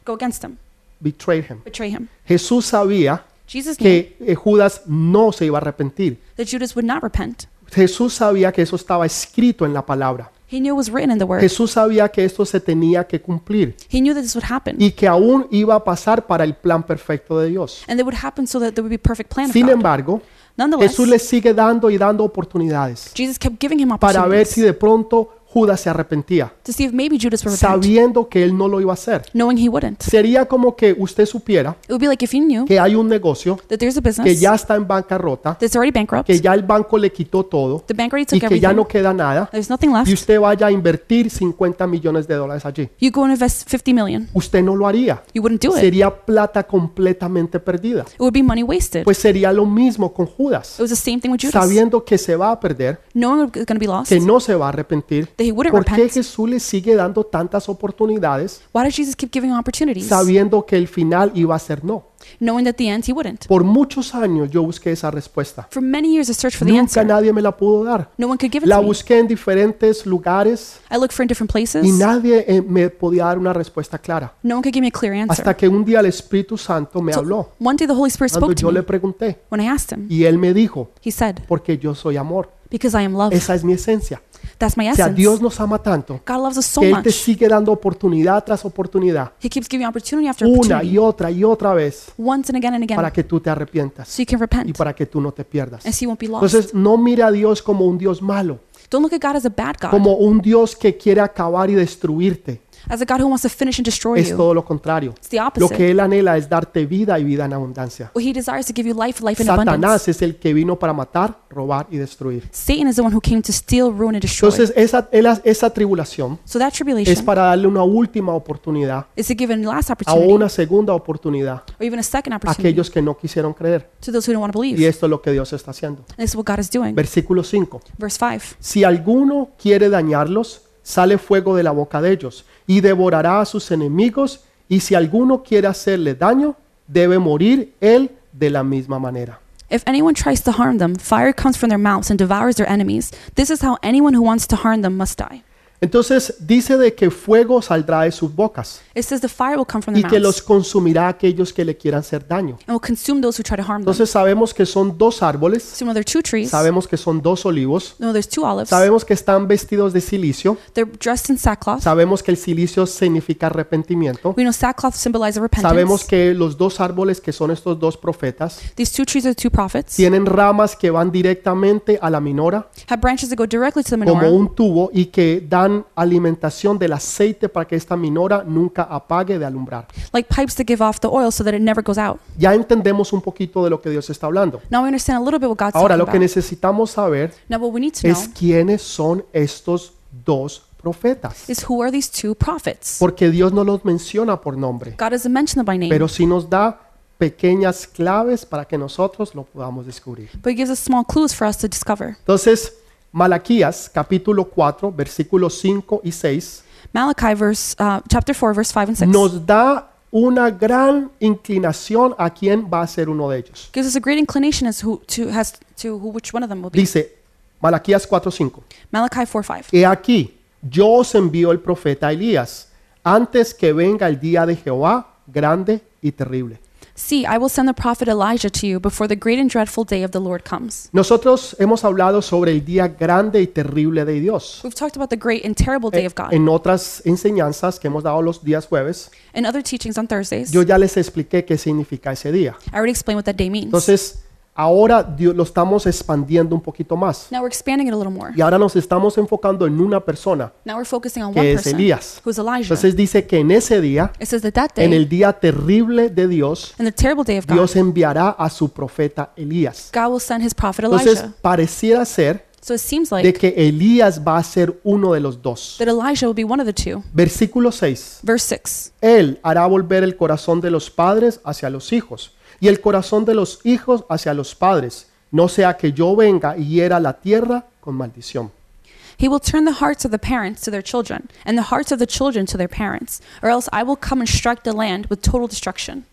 Speaker 2: go against him,
Speaker 1: betrayed him.
Speaker 2: betray him.
Speaker 1: Jesús sabía
Speaker 2: Jesus knew
Speaker 1: que eh, Judas no se iba a arrepentir.
Speaker 2: that Judas would not repent.
Speaker 1: Jesús sabía que eso estaba escrito en la palabra.
Speaker 2: He knew it was written in the word.
Speaker 1: Jesús sabía que esto se tenía que cumplir
Speaker 2: He knew that this would happen,
Speaker 1: y que aún iba a pasar para el plan perfecto de Dios.
Speaker 2: and it would happen so that there would be perfect plan. Of
Speaker 1: Sin
Speaker 2: God.
Speaker 1: embargo,
Speaker 2: Nonetheless,
Speaker 1: Jesús le sigue dando y dando oportunidades
Speaker 2: Jesus kept giving him
Speaker 1: para ver si
Speaker 2: opportunities
Speaker 1: de pronto Judas se arrepentía,
Speaker 2: to see if maybe Judas would repent,
Speaker 1: sabiendo que él no lo iba a hacer.
Speaker 2: knowing he wouldn't.
Speaker 1: Sería como que usted supiera
Speaker 2: It would be like if you knew
Speaker 1: que hay un negocio
Speaker 2: that there's a
Speaker 1: que
Speaker 2: business
Speaker 1: ya está en bancarrota,
Speaker 2: that's already bankrupt,
Speaker 1: que ya el banco le quitó todo
Speaker 2: the bank already
Speaker 1: y
Speaker 2: took
Speaker 1: que ya
Speaker 2: everything,
Speaker 1: no queda nada
Speaker 2: there's nothing
Speaker 1: y
Speaker 2: left.
Speaker 1: usted vaya a invertir 50 millones de dólares allí.
Speaker 2: You go and invest 50 million.
Speaker 1: Usted no lo haría.
Speaker 2: You wouldn't do it.
Speaker 1: Sería plata completamente perdida.
Speaker 2: It would be money wasted.
Speaker 1: Pues sería lo mismo con Judas,
Speaker 2: It was the same thing with Judas.
Speaker 1: sabiendo que se va a perder,
Speaker 2: Knowing it was going to be lost,
Speaker 1: que
Speaker 2: that
Speaker 1: no se va a arrepentir.
Speaker 2: he (laughs) wouldn't
Speaker 1: ¿Por qué
Speaker 2: repent.
Speaker 1: Jesús le sigue dando tantas oportunidades
Speaker 2: Why did Jesus keep giving him opportunities,
Speaker 1: sabiendo que el final iba a ser no?
Speaker 2: knowing that the end he wouldn't?
Speaker 1: Por muchos años yo busqué esa respuesta.
Speaker 2: For many years, I searched for the
Speaker 1: Nunca
Speaker 2: answer.
Speaker 1: nadie me la pudo dar.
Speaker 2: No one could give it
Speaker 1: La
Speaker 2: to me.
Speaker 1: busqué en diferentes lugares
Speaker 2: I looked for in different
Speaker 1: y
Speaker 2: places.
Speaker 1: nadie eh, me podía dar una respuesta clara.
Speaker 2: No one could give me a clear answer.
Speaker 1: Hasta que un día el Espíritu Santo me
Speaker 2: So
Speaker 1: habló.
Speaker 2: one day, the Holy Spirit
Speaker 1: Cuando
Speaker 2: spoke
Speaker 1: yo
Speaker 2: to
Speaker 1: le
Speaker 2: me
Speaker 1: pregunté
Speaker 2: when I asked him.
Speaker 1: y él me dijo,
Speaker 2: He said,
Speaker 1: porque yo soy amor.
Speaker 2: Because I am love.
Speaker 1: Esa es mi esencia.
Speaker 2: That's my
Speaker 1: O sea,
Speaker 2: essence.
Speaker 1: Dios nos ama tanto
Speaker 2: God loves us so
Speaker 1: que Él te
Speaker 2: much.
Speaker 1: sigue dando oportunidad tras oportunidad,
Speaker 2: He keeps giving opportunity after
Speaker 1: una y
Speaker 2: opportunity,
Speaker 1: otra y otra vez,
Speaker 2: once and again and
Speaker 1: para
Speaker 2: again,
Speaker 1: que tú te arrepientas
Speaker 2: so you can
Speaker 1: y
Speaker 2: repent
Speaker 1: para que tú no te pierdas.
Speaker 2: and so you won't be lost.
Speaker 1: Entonces, no mira a Dios como un Dios malo,
Speaker 2: Don't look at God as a bad God,
Speaker 1: como un Dios que quiere acabar y destruirte.
Speaker 2: as a God who wants to finish and destroy
Speaker 1: Es
Speaker 2: you.
Speaker 1: todo lo contrario.
Speaker 2: It's the
Speaker 1: Lo
Speaker 2: opposite.
Speaker 1: que Él anhela es darte vida y vida en abundancia.
Speaker 2: Well, he desires to give you life, life in abundance.
Speaker 1: Satanás es el que vino para matar, robar y destruir.
Speaker 2: Satan is the one who came to steal, ruin, and destroy.
Speaker 1: Entonces, esa, ela- esa tribulación
Speaker 2: So that
Speaker 1: es
Speaker 2: tribulation
Speaker 1: para darle una última oportunidad,
Speaker 2: is to give a last
Speaker 1: a
Speaker 2: opportunity
Speaker 1: una segunda oportunidad
Speaker 2: or even a second
Speaker 1: a
Speaker 2: opportunity
Speaker 1: aquellos que no quisieron creer.
Speaker 2: to those who don't want to believe.
Speaker 1: Y esto es lo que Dios está haciendo.
Speaker 2: And This is what God is doing.
Speaker 1: Versículo 5.
Speaker 2: Verse 5.
Speaker 1: Si alguno quiere dañarlos, sale fuego de la boca de ellos y devorará a sus enemigos. Y si alguno quiere hacerle daño, debe morir él de la misma manera.
Speaker 2: If anyone tries to harm them, fire comes from their mouths and devours their enemies. This is how anyone who wants to harm them must die.
Speaker 1: Entonces dice de que fuego saldrá de sus bocas
Speaker 2: It says the fire will come from
Speaker 1: y
Speaker 2: their
Speaker 1: que los
Speaker 2: mouths
Speaker 1: consumirá a aquellos que le quieran hacer daño.
Speaker 2: and will consume those who try to harm them.
Speaker 1: Entonces sabemos que son dos árboles,
Speaker 2: So we know there are two trees.
Speaker 1: sabemos que son dos olivos,
Speaker 2: No, there's two olives.
Speaker 1: sabemos que están vestidos de silicio,
Speaker 2: They're dressed in sackcloth.
Speaker 1: sabemos que el silicio significa arrepentimiento,
Speaker 2: We know sackcloth symbolizes
Speaker 1: Sabemos
Speaker 2: repentance.
Speaker 1: que los dos árboles que son estos dos profetas
Speaker 2: These two trees are the two prophets.
Speaker 1: tienen ramas que van directamente a la minora
Speaker 2: Have branches that go directly to the
Speaker 1: como
Speaker 2: menorah.
Speaker 1: un tubo y que dan alimentación del aceite para que esta minora nunca apague de alumbrar.
Speaker 2: like pipes that give off the oil so that it never goes out.
Speaker 1: Ya entendemos un poquito de lo que Dios está hablando.
Speaker 2: Now we understand a little bit what God's
Speaker 1: Ahora
Speaker 2: talking
Speaker 1: lo que
Speaker 2: about.
Speaker 1: necesitamos saber
Speaker 2: Now what we need to know
Speaker 1: es quiénes son estos dos profetas,
Speaker 2: is who are these two prophets?
Speaker 1: porque Dios no los menciona por nombre,
Speaker 2: God doesn't mention them by name,
Speaker 1: pero sí nos da pequeñas claves para que nosotros lo podamos descubrir.
Speaker 2: but he gives us small clues for us to discover.
Speaker 1: Entonces, Malaquías capítulo 4, versículos 5 y 6
Speaker 2: Malachi verse uh, chapter four verse five and six
Speaker 1: nos da una gran inclinación a quién va a ser uno de ellos.
Speaker 2: gives us a great inclination as who to has to who which one of them will be.
Speaker 1: Dice Malaquías 4:5,
Speaker 2: Malachi four five.
Speaker 1: he aquí, yo os envío el profeta Elías antes que venga el día de Jehová grande y terrible.
Speaker 2: See, I will send the prophet Elijah to you before the great and dreadful day of the Lord comes.
Speaker 1: Nosotros hemos hablado sobre el día grande y terrible de Dios.
Speaker 2: We've talked about the great and terrible day of God
Speaker 1: Eh, En otras enseñanzas que hemos dado los días jueves,
Speaker 2: and other teachings on Thursdays.
Speaker 1: yo ya les expliqué qué significa ese día.
Speaker 2: I already explained what that day means.
Speaker 1: Entonces, ahora Dios, lo estamos expandiendo un poquito más.
Speaker 2: Now we're expanding it a little more.
Speaker 1: Y ahora nos estamos enfocando en una persona.
Speaker 2: Now we're focusing on
Speaker 1: que
Speaker 2: one
Speaker 1: es
Speaker 2: person,
Speaker 1: Elías.
Speaker 2: who's Elijah.
Speaker 1: Entonces dice que en ese día,
Speaker 2: it says that that day,
Speaker 1: en el día terrible de Dios,
Speaker 2: in the terrible day of God,
Speaker 1: Dios enviará a su profeta Elías.
Speaker 2: God will send his prophet Elijah.
Speaker 1: Entonces, pareciera ser
Speaker 2: so it seems like
Speaker 1: de que Elías va a ser uno de los dos.
Speaker 2: that Elijah will be one of the two.
Speaker 1: Versículo 6.
Speaker 2: Verse 6
Speaker 1: Él hará volver el corazón de los padres hacia los hijos y el corazón de los hijos hacia los padres, no sea que yo venga y hiera la tierra con maldición.
Speaker 2: He will turn the hearts of the parents to their children, and the hearts of the children to their parents, or else I will come and strike the land with total destruction.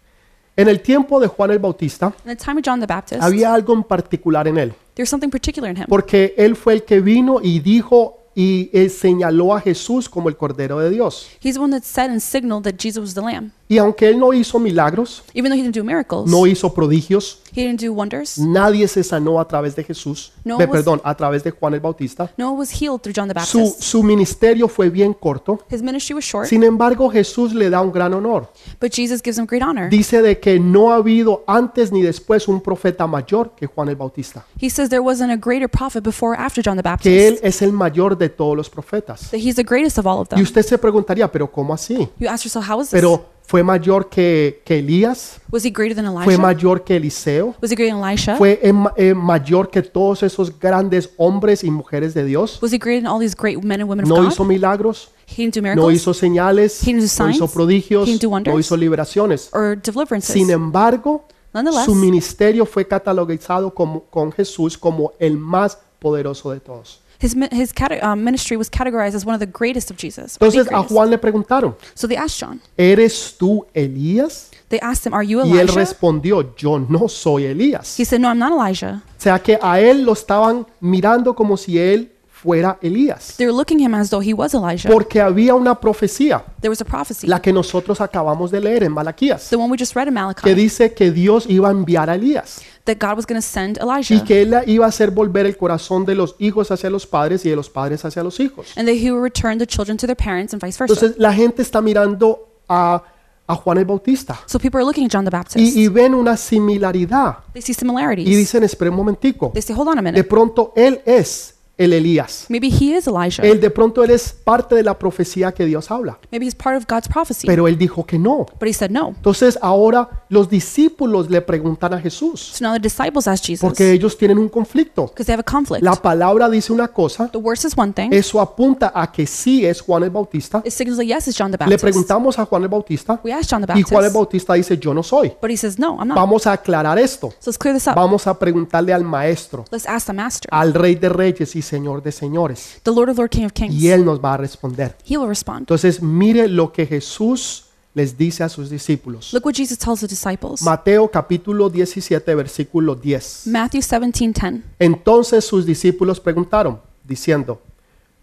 Speaker 1: En el tiempo de Juan el Bautista
Speaker 2: In the time of John the Baptist,
Speaker 1: había algo en particular en él,
Speaker 2: there's something particular in him
Speaker 1: porque él fue el que vino y dijo y eh, señaló a Jesús como el Cordero de Dios.
Speaker 2: He's the one that said and signaled that Jesus was the Lamb.
Speaker 1: Y aunque él no hizo milagros,
Speaker 2: Even though he didn't do miracles,
Speaker 1: no hizo prodigios,
Speaker 2: he didn't do wonders.
Speaker 1: nadie se sanó a través de Jesús,
Speaker 2: No
Speaker 1: de-
Speaker 2: was-
Speaker 1: perdón, a través de Juan el Bautista.
Speaker 2: Noah was healed through John the
Speaker 1: Su,
Speaker 2: Baptist.
Speaker 1: su ministerio fue bien corto.
Speaker 2: His ministry was short,
Speaker 1: Sin embargo, Jesús le da un gran honor.
Speaker 2: but Jesus gives him great honor.
Speaker 1: Dice de que no ha habido antes ni después un profeta mayor que Juan el Bautista,
Speaker 2: He says there wasn't a greater prophet before or after John the
Speaker 1: que él
Speaker 2: Baptist.
Speaker 1: es el mayor de todos los profetas.
Speaker 2: That he's the greatest of all of
Speaker 1: Y
Speaker 2: them.
Speaker 1: usted se preguntaría, pero ¿cómo así?
Speaker 2: You ask yourself, how is this?
Speaker 1: Pero fue mayor que, que Elías,
Speaker 2: Was he greater than
Speaker 1: fue
Speaker 2: Elijah?
Speaker 1: mayor que Eliseo,
Speaker 2: Was he greater than Elisha?
Speaker 1: fue eh, ma- eh, mayor que todos esos grandes hombres y mujeres de Dios.
Speaker 2: Was he greater than all these great men and women of
Speaker 1: No hizo
Speaker 2: God?
Speaker 1: milagros,
Speaker 2: He didn't do
Speaker 1: no
Speaker 2: miracles
Speaker 1: hizo señales,
Speaker 2: He didn't do
Speaker 1: no
Speaker 2: signs.
Speaker 1: hizo prodigios,
Speaker 2: He didn't do wonders.
Speaker 1: no hizo liberaciones.
Speaker 2: or
Speaker 1: Sin
Speaker 2: deliverances.
Speaker 1: embargo,
Speaker 2: Nonetheless,
Speaker 1: su ministerio fue catalogizado como- con Jesús como el más poderoso de todos.
Speaker 2: his, mi- his cate- um, ministry was categorized as one of the greatest of Jesus. or the
Speaker 1: Entonces a
Speaker 2: greatest.
Speaker 1: Juan le preguntaron,
Speaker 2: So they asked John.
Speaker 1: ¿eres tú Elías?
Speaker 2: They asked him, Are you
Speaker 1: Y él
Speaker 2: Elijah?
Speaker 1: respondió, yo no soy Elías.
Speaker 2: He said, No, I'm not Elijah.
Speaker 1: O sea que a él lo estaban mirando como si él fuera Elías.
Speaker 2: They were looking him as though he was Elijah.
Speaker 1: Porque había una profecía,
Speaker 2: There was a prophecy,
Speaker 1: la que nosotros acabamos de leer en Malaquías,
Speaker 2: the one we just read in
Speaker 1: que
Speaker 2: Malachi,
Speaker 1: dice que Dios iba a enviar a Elías
Speaker 2: that God was going to send
Speaker 1: y
Speaker 2: Elijah.
Speaker 1: que él iba a hacer volver el corazón de los hijos hacia los padres y de los padres hacia los hijos.
Speaker 2: and that he would return the children to their parents and vice versa.
Speaker 1: Entonces la gente está mirando a, a Juan el Bautista
Speaker 2: So people are looking at John the Baptist.
Speaker 1: y, y ven una similaridad
Speaker 2: they see
Speaker 1: y
Speaker 2: similarities.
Speaker 1: dicen, espera un momentico,
Speaker 2: They say, hold on a
Speaker 1: de
Speaker 2: minute.
Speaker 1: pronto él es el Elías.
Speaker 2: Maybe he is Elijah.
Speaker 1: Él de pronto él es parte de la profecía que Dios habla.
Speaker 2: Maybe he's part of God's prophecy.
Speaker 1: Pero él dijo que no.
Speaker 2: but he said no.
Speaker 1: Entonces ahora los discípulos le preguntan a Jesús,
Speaker 2: So now the disciples ask Jesus
Speaker 1: porque
Speaker 2: because
Speaker 1: ellos tienen un conflicto.
Speaker 2: they have a conflict.
Speaker 1: La palabra dice una cosa,
Speaker 2: the worst is one thing.
Speaker 1: eso apunta a que sí es Juan el Bautista.
Speaker 2: it signals that yes, it's John the
Speaker 1: Le
Speaker 2: Baptist.
Speaker 1: preguntamos a Juan el Bautista
Speaker 2: We asked John the
Speaker 1: y
Speaker 2: Baptist,
Speaker 1: Juan el Bautista Ah. dice, yo no soy.
Speaker 2: but he says no, I'm not.
Speaker 1: Vamos a aclarar esto.
Speaker 2: so let's clear this up.
Speaker 1: Vamos a preguntarle al maestro,
Speaker 2: Let's ask the master,
Speaker 1: al rey de reyes y señor de señores.
Speaker 2: the Lord of Lord, King of Kings.
Speaker 1: Y él nos va a responder.
Speaker 2: he will respond.
Speaker 1: Entonces mire lo que Jesús les dice a sus discípulos.
Speaker 2: Look what Jesus tells the disciples.
Speaker 1: Mateo capítulo 17 versículo 10.
Speaker 2: Matthew 17:10.
Speaker 1: Entonces sus discípulos preguntaron, diciendo,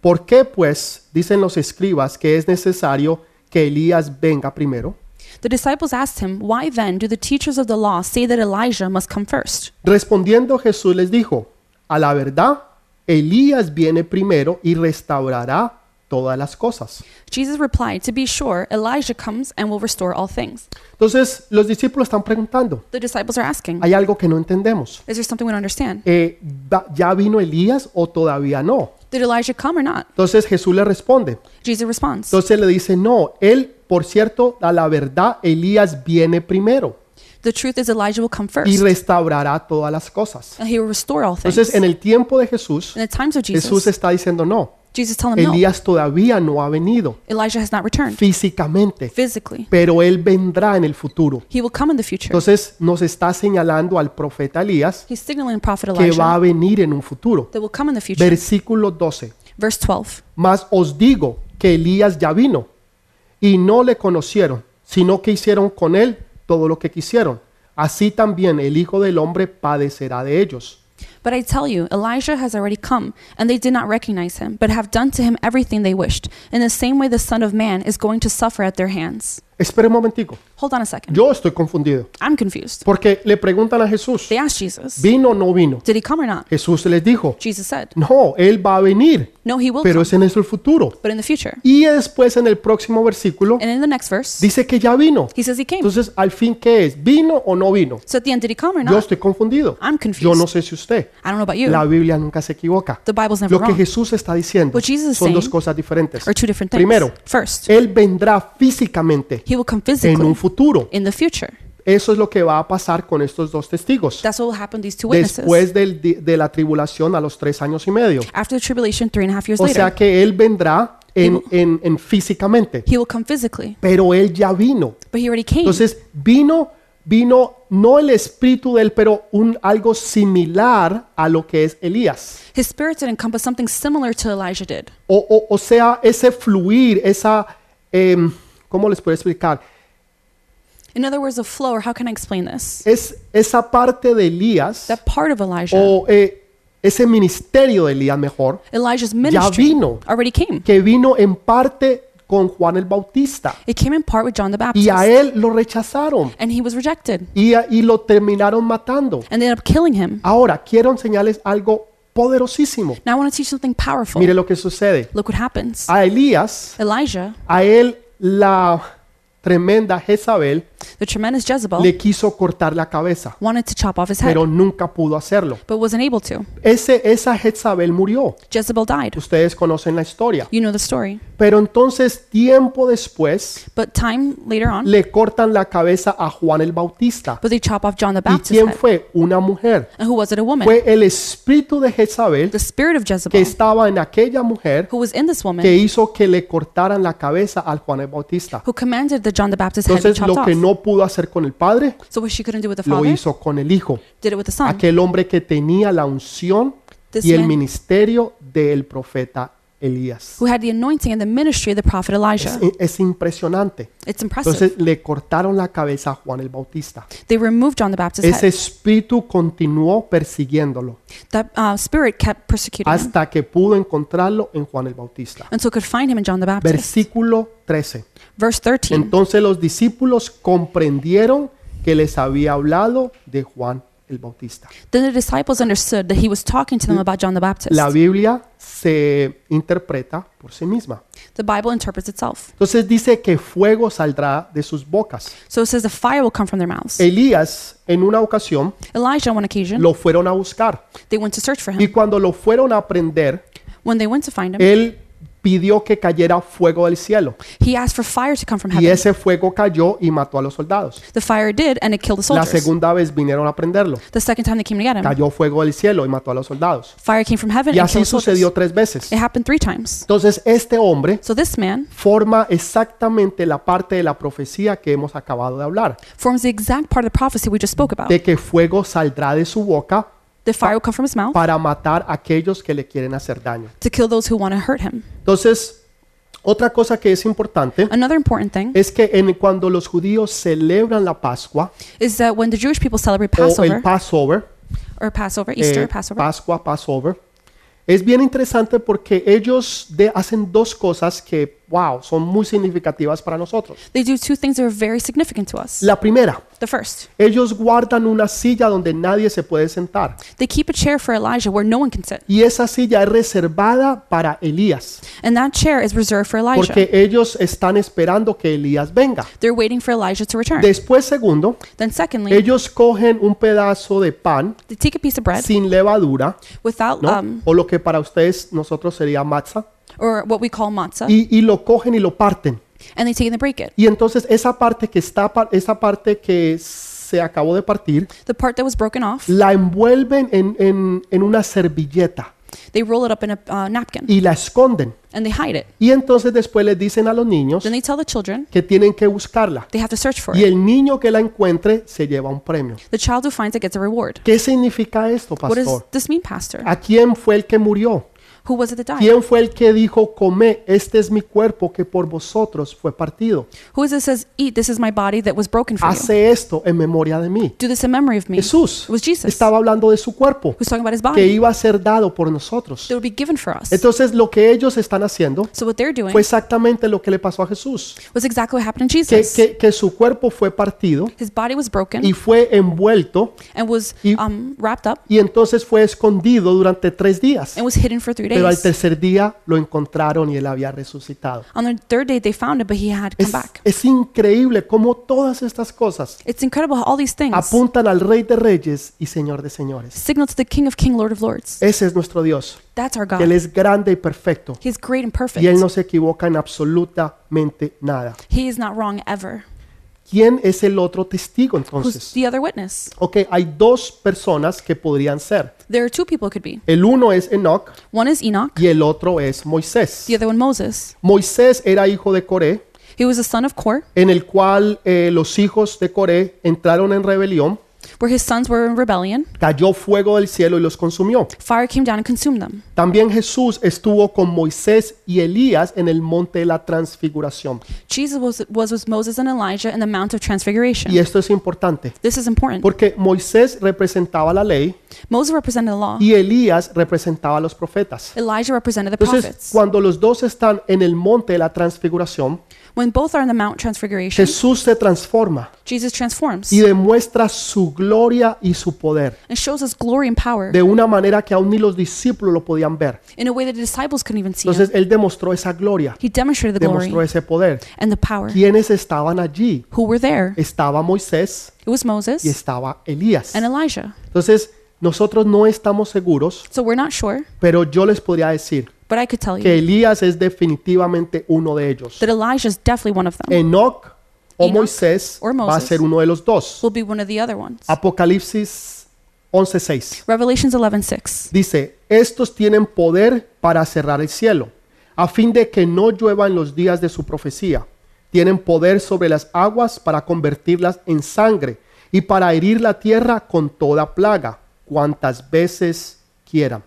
Speaker 1: ¿por qué pues dicen los escribas que es necesario que Elías venga primero?
Speaker 2: The disciples asked him, Why then do the teachers of the law say that Elijah must come first?
Speaker 1: Respondiendo Jesús les dijo, a la verdad, Elías viene primero y restaurará todas las cosas.
Speaker 2: Jesus replied, To be sure, Elijah comes and will restore all things.
Speaker 1: Entonces los discípulos están preguntando,
Speaker 2: The disciples are asking,
Speaker 1: hay algo que no entendemos.
Speaker 2: Is there something we don't understand?
Speaker 1: Eh, ¿va- ¿Ya vino Elías o todavía no?
Speaker 2: Did Elijah come or not?
Speaker 1: Entonces Jesús le responde,
Speaker 2: Jesus responds,
Speaker 1: Entonces le dice, no, él, por cierto, a la verdad, Elías viene primero
Speaker 2: The truth is, Elijah will come
Speaker 1: y
Speaker 2: first,
Speaker 1: restaurará todas las cosas.
Speaker 2: and he will restore all things.
Speaker 1: Entonces, en
Speaker 2: In
Speaker 1: el tiempo de Jesús,
Speaker 2: the times of
Speaker 1: Jesús
Speaker 2: Jesus,
Speaker 1: está diciendo, no,
Speaker 2: Jesus telling him, Oh, No,
Speaker 1: Elías todavía no ha venido
Speaker 2: Elijah has not returned
Speaker 1: físicamente,
Speaker 2: physically.
Speaker 1: pero él vendrá en el futuro.
Speaker 2: He will come in the future.
Speaker 1: Entonces, nos está señalando al profeta Elías
Speaker 2: He's signaling Prophet
Speaker 1: que va a
Speaker 2: Elijah
Speaker 1: venir en un futuro.
Speaker 2: that will come in the future.
Speaker 1: Versículo 12.
Speaker 2: Verse 12.
Speaker 1: Mas os digo que Elías ya vino y no le conocieron, sino que hicieron con él todo lo que quisieron. Así también el Hijo del Hombre padecerá de ellos.
Speaker 2: But I tell you, Elijah has already come, and they did not recognize him, but have done to him everything they wished. In the same way, the Son of Man is going to suffer at their hands.
Speaker 1: Espere un momentico,
Speaker 2: Hold on a second.
Speaker 1: yo estoy confundido,
Speaker 2: I'm confused.
Speaker 1: porque le preguntan a Jesús,
Speaker 2: They asked Jesus,
Speaker 1: ¿vino o no vino?
Speaker 2: Did he come or not?
Speaker 1: Jesús les dijo,
Speaker 2: Jesus said,
Speaker 1: no, él va a venir,
Speaker 2: No, he will
Speaker 1: pero
Speaker 2: come,
Speaker 1: es en el futuro.
Speaker 2: but in the future.
Speaker 1: Y después en el próximo versículo
Speaker 2: And in the next verse,
Speaker 1: dice que ya vino.
Speaker 2: he says he came.
Speaker 1: Entonces, al fin, ¿qué es? ¿Vino o no vino?
Speaker 2: So at the end, did he come or
Speaker 1: Yo
Speaker 2: not?
Speaker 1: estoy confundido.
Speaker 2: I'm
Speaker 1: Yo no
Speaker 2: confused.
Speaker 1: sé si usted.
Speaker 2: I don't know about
Speaker 1: La
Speaker 2: you.
Speaker 1: Biblia nunca se equivoca.
Speaker 2: The Bible's never
Speaker 1: Lo que
Speaker 2: wrong.
Speaker 1: Jesús está diciendo
Speaker 2: What Jesus is
Speaker 1: son dos
Speaker 2: saying
Speaker 1: cosas diferentes.
Speaker 2: Or two different things.
Speaker 1: Primero,
Speaker 2: First,
Speaker 1: Él vendrá físicamente
Speaker 2: he will come
Speaker 1: en un
Speaker 2: physically
Speaker 1: futuro.
Speaker 2: in the future.
Speaker 1: Eso es lo que va a pasar con estos dos testigos.
Speaker 2: That's what will happen to these two witnesses
Speaker 1: Después del di- de la tribulación a los tres años y medio.
Speaker 2: after the tribulation three and a half years
Speaker 1: O sea
Speaker 2: later.
Speaker 1: que Él vendrá en,
Speaker 2: He will-
Speaker 1: en- en físicamente.
Speaker 2: He will come physically,
Speaker 1: Pero Él ya vino.
Speaker 2: but he already came.
Speaker 1: Entonces vino, vino no el espíritu de Él, pero un, algo similar a lo que es Elías.
Speaker 2: His spirit did encompass something similar to Elijah did.
Speaker 1: O, o- o sea, ese fluir, esa... em, ¿Cómo les puedo explicar?
Speaker 2: In other words, a flow, or how can I explain this?
Speaker 1: Es esa parte de Elías
Speaker 2: That part of Elijah,
Speaker 1: o eh, ese ministerio de Elías mejor,
Speaker 2: Elijah's ministry
Speaker 1: vino.
Speaker 2: already came.
Speaker 1: que vino en parte con Juan el Bautista.
Speaker 2: It came in part with John the Baptist.
Speaker 1: Y a él lo rechazaron
Speaker 2: and he was rejected.
Speaker 1: y, a- y lo terminaron matando.
Speaker 2: And they ended up killing him.
Speaker 1: Ahora, quiero enseñarles algo poderosísimo.
Speaker 2: Now I want to teach something powerful.
Speaker 1: Mire lo que sucede.
Speaker 2: Look what happens.
Speaker 1: A Elías,
Speaker 2: Elijah,
Speaker 1: a él la tremenda Jezabel
Speaker 2: the tremendous Jezebel,
Speaker 1: le quiso cortar la cabeza,
Speaker 2: wanted to chop off his head,
Speaker 1: pero nunca pudo hacerlo.
Speaker 2: but wasn't able to.
Speaker 1: Ese, esa Jezabel murió.
Speaker 2: Jezebel died.
Speaker 1: Ustedes conocen la historia.
Speaker 2: You know the story.
Speaker 1: Pero entonces, tiempo después,
Speaker 2: But time later on,
Speaker 1: le cortan la cabeza a Juan el Bautista.
Speaker 2: but they chop off John the
Speaker 1: ¿Y
Speaker 2: Baptist's
Speaker 1: quién
Speaker 2: head.
Speaker 1: fue? Una mujer.
Speaker 2: And who was it? A woman.
Speaker 1: Fue el espíritu de Jezabel
Speaker 2: The spirit of
Speaker 1: que
Speaker 2: Jezebel,
Speaker 1: estaba en aquella mujer
Speaker 2: who was in this woman,
Speaker 1: que hizo que le cortaran la cabeza al Juan el Bautista.
Speaker 2: who commanded that John the Baptist's head be
Speaker 1: Entonces,
Speaker 2: chopped
Speaker 1: lo que
Speaker 2: off.
Speaker 1: no pudo hacer con el padre,
Speaker 2: So what she couldn't do with the
Speaker 1: lo
Speaker 2: father,
Speaker 1: hizo con el hijo.
Speaker 2: did it with the son.
Speaker 1: Aquel hombre que tenía la unción
Speaker 2: This
Speaker 1: y el
Speaker 2: man-
Speaker 1: ministerio del profeta Elías.
Speaker 2: who had the anointing and the ministry of the prophet Elijah.
Speaker 1: Es- Es impresionante.
Speaker 2: It's impressive.
Speaker 1: Entonces le cortaron la cabeza a Juan el Bautista.
Speaker 2: They removed John the Baptist's
Speaker 1: Ese
Speaker 2: head.
Speaker 1: espíritu continuó persiguiéndolo
Speaker 2: That uh, spirit kept persecuting him
Speaker 1: hasta que pudo encontrarlo en Juan el Bautista.
Speaker 2: until could find him in John the Baptist.
Speaker 1: Versículo 13.
Speaker 2: Verse 13.
Speaker 1: Entonces los discípulos comprendieron que les había hablado de Juan el Bautista.
Speaker 2: Then the disciples understood that he was talking to them about John the Baptist.
Speaker 1: Mm. La Biblia se interpreta por sí misma.
Speaker 2: The Bible interprets itself.
Speaker 1: Entonces dice que fuego saldrá de sus bocas.
Speaker 2: So it says the fire will come from their mouths.
Speaker 1: Eh. Elías en una ocasión
Speaker 2: Elijah, on one occasion,
Speaker 1: lo fueron a buscar
Speaker 2: they went to search for
Speaker 1: y Eh.
Speaker 2: him.
Speaker 1: cuando lo fueron a prender,
Speaker 2: When they went to find him,
Speaker 1: él pidió que cayera fuego del cielo
Speaker 2: he asked for fire to come from
Speaker 1: y
Speaker 2: heaven.
Speaker 1: ese fuego cayó y mató a los soldados.
Speaker 2: The fire did, and it killed the
Speaker 1: La
Speaker 2: soldiers.
Speaker 1: segunda vez vinieron a prenderlo.
Speaker 2: The second time they came to get him,
Speaker 1: Cayó fuego del cielo y mató a los soldados.
Speaker 2: fire came from heaven
Speaker 1: Y
Speaker 2: and
Speaker 1: así
Speaker 2: killed the soldiers.
Speaker 1: sucedió tres veces.
Speaker 2: It happened three times.
Speaker 1: Entonces este hombre
Speaker 2: So this man
Speaker 1: forma exactamente la parte de la profecía que hemos acabado de hablar,
Speaker 2: forms the exact part of the prophecy we just spoke about.
Speaker 1: de que fuego saldrá de su boca
Speaker 2: The fire will come from his mouth
Speaker 1: para matar a aquellos que le quieren hacer daño.
Speaker 2: to kill those who want to hurt him.
Speaker 1: Entonces, otra cosa que es importante
Speaker 2: Another important thing
Speaker 1: es que en, cuando los judíos celebran la Pascua
Speaker 2: is that when the Jewish people celebrate
Speaker 1: o el
Speaker 2: Passover
Speaker 1: Passover,
Speaker 2: or Passover,
Speaker 1: eh,
Speaker 2: Easter, Passover,
Speaker 1: Pascua, Passover, es bien interesante porque ellos de- hacen dos cosas que, wow, son muy significativas para nosotros.
Speaker 2: they do two things that are very significant to us.
Speaker 1: La primera,
Speaker 2: The first,
Speaker 1: ellos guardan una silla donde nadie se puede sentar
Speaker 2: they keep a chair for Elijah where no one can sit,
Speaker 1: y esa silla es reservada para Elías,
Speaker 2: and that chair is reserved for Elijah.
Speaker 1: porque ellos están esperando que Elías venga.
Speaker 2: They're waiting for Elijah to return.
Speaker 1: Después, segundo,
Speaker 2: Then, secondly,
Speaker 1: ellos cogen un pedazo de pan
Speaker 2: they take a piece of bread
Speaker 1: sin levadura,
Speaker 2: without,
Speaker 1: ¿no?
Speaker 2: um,
Speaker 1: o lo que para ustedes nosotros sería matza,
Speaker 2: or what we call matzah,
Speaker 1: y, y lo cogen y lo parten.
Speaker 2: and they take it and break it.
Speaker 1: Y entonces esa parte que está, par- esa parte que se acabó de partir,
Speaker 2: The part that was broken off,
Speaker 1: la envuelven en, en- en una servilleta
Speaker 2: they roll it up in a uh, napkin
Speaker 1: y la esconden.
Speaker 2: and they hide it.
Speaker 1: Y entonces después les dicen a los niños
Speaker 2: Then they tell the children
Speaker 1: que tienen que buscarla.
Speaker 2: they have to search for
Speaker 1: Y
Speaker 2: it.
Speaker 1: el niño que la encuentre se lleva un premio.
Speaker 2: The child who finds it gets a reward.
Speaker 1: ¿Qué significa esto,
Speaker 2: What does
Speaker 1: pastor?
Speaker 2: this mean, Pastor?
Speaker 1: ¿A quién fue el que murió?
Speaker 2: Who was it that died?
Speaker 1: ¿Quién fue el que dijo, come, este es mi cuerpo que por vosotros fue partido?
Speaker 2: Who is it that says, Eat, this is my body that was broken for you?
Speaker 1: Hace esto en memoria de mí.
Speaker 2: Do this in memory of me.
Speaker 1: Jesús
Speaker 2: It was Jesus.
Speaker 1: estaba hablando de su cuerpo
Speaker 2: Who's talking about his
Speaker 1: que
Speaker 2: body
Speaker 1: iba a ser dado por nosotros.
Speaker 2: that would be given for us.
Speaker 1: Entonces lo que ellos están haciendo
Speaker 2: So, what they're doing
Speaker 1: fue exactamente lo que le pasó a Jesús.
Speaker 2: was exactly what happened in
Speaker 1: Que, e
Speaker 2: Jesus.
Speaker 1: que- que su cuerpo fue partido
Speaker 2: His body was
Speaker 1: y
Speaker 2: broken
Speaker 1: fue envuelto
Speaker 2: and was
Speaker 1: y-
Speaker 2: um, wrapped up
Speaker 1: y entonces fue escondido durante tres días.
Speaker 2: and was hidden for three
Speaker 1: Pero al
Speaker 2: days.
Speaker 1: tercer día lo encontraron y él había resucitado.
Speaker 2: On the third day, they found it, but he had come
Speaker 1: Es,
Speaker 2: back.
Speaker 1: es increíble cómo todas estas cosas
Speaker 2: It's incredible how all these things
Speaker 1: apuntan al Rey de Reyes y Señor de Señores.
Speaker 2: signal to the King of King, Lord of Lords.
Speaker 1: Ese es nuestro Dios.
Speaker 2: That's our
Speaker 1: Él
Speaker 2: God.
Speaker 1: es grande y perfecto.
Speaker 2: He's great
Speaker 1: Y Él
Speaker 2: and perfect.
Speaker 1: no se equivoca en absolutamente nada.
Speaker 2: He is not wrong ever.
Speaker 1: ¿Quién es el otro testigo
Speaker 2: Who's
Speaker 1: entonces?
Speaker 2: the other witness?
Speaker 1: Ok, hay dos personas que podrían ser.
Speaker 2: There are two people it could be.
Speaker 1: El uno es Enoch
Speaker 2: One is Enoch,
Speaker 1: y el otro es Moisés.
Speaker 2: the other one Moses.
Speaker 1: Moisés era hijo de Coré,
Speaker 2: He was the son of Kor,
Speaker 1: en el cual eh, los hijos de Coré entraron en rebelión
Speaker 2: where his sons were in rebellion,
Speaker 1: Cayó fuego del cielo y los consumió.
Speaker 2: fire came down and consumed them.
Speaker 1: También Jesús estuvo con Moisés y Elías en el monte de la transfiguración.
Speaker 2: Jesus was, was with Moses and Elijah in the Mount of Transfiguration.
Speaker 1: Y esto es importante,
Speaker 2: This is important.
Speaker 1: porque Moisés representaba la ley
Speaker 2: Moses represented the law,
Speaker 1: y Elías representaba a los profetas.
Speaker 2: Elijah represented the
Speaker 1: Entonces,
Speaker 2: prophets.
Speaker 1: cuando los dos están en el monte de la transfiguración,
Speaker 2: When both are in the Mount Transfiguration,
Speaker 1: Jesús se transforma
Speaker 2: Jesus transforms
Speaker 1: y demuestra su gloria y su poder
Speaker 2: and shows us glory and power
Speaker 1: de una manera que aún ni los discípulos lo podían ver.
Speaker 2: in a way that the disciples couldn't even see. Him.
Speaker 1: Entonces, él demostró esa gloria,
Speaker 2: He demonstrated the
Speaker 1: demostró
Speaker 2: glory
Speaker 1: ese poder.
Speaker 2: and the power.
Speaker 1: ¿Quiénes estaban allí?
Speaker 2: Who were there?
Speaker 1: Estaba Moisés
Speaker 2: It was Moses
Speaker 1: y estaba Elías.
Speaker 2: and Elijah.
Speaker 1: Entonces, nosotros no estamos seguros,
Speaker 2: So we're not sure,
Speaker 1: pero yo les podría decir
Speaker 2: but I could tell you
Speaker 1: que Elías es definitivamente uno de ellos.
Speaker 2: that Elijah is definitely one of them.
Speaker 1: Enoch o
Speaker 2: Enoch
Speaker 1: Moisés
Speaker 2: or
Speaker 1: va a
Speaker 2: Moses.
Speaker 1: ser uno de los dos.
Speaker 2: Will be one of the other ones.
Speaker 1: Apocalipsis 11:6
Speaker 2: Revelations 11:6.
Speaker 1: dice, estos tienen poder para cerrar el cielo, a fin de que no llueva en los días de su profecía. Tienen poder sobre las aguas para convertirlas en sangre y para herir la tierra con toda plaga, cuantas veces quieran.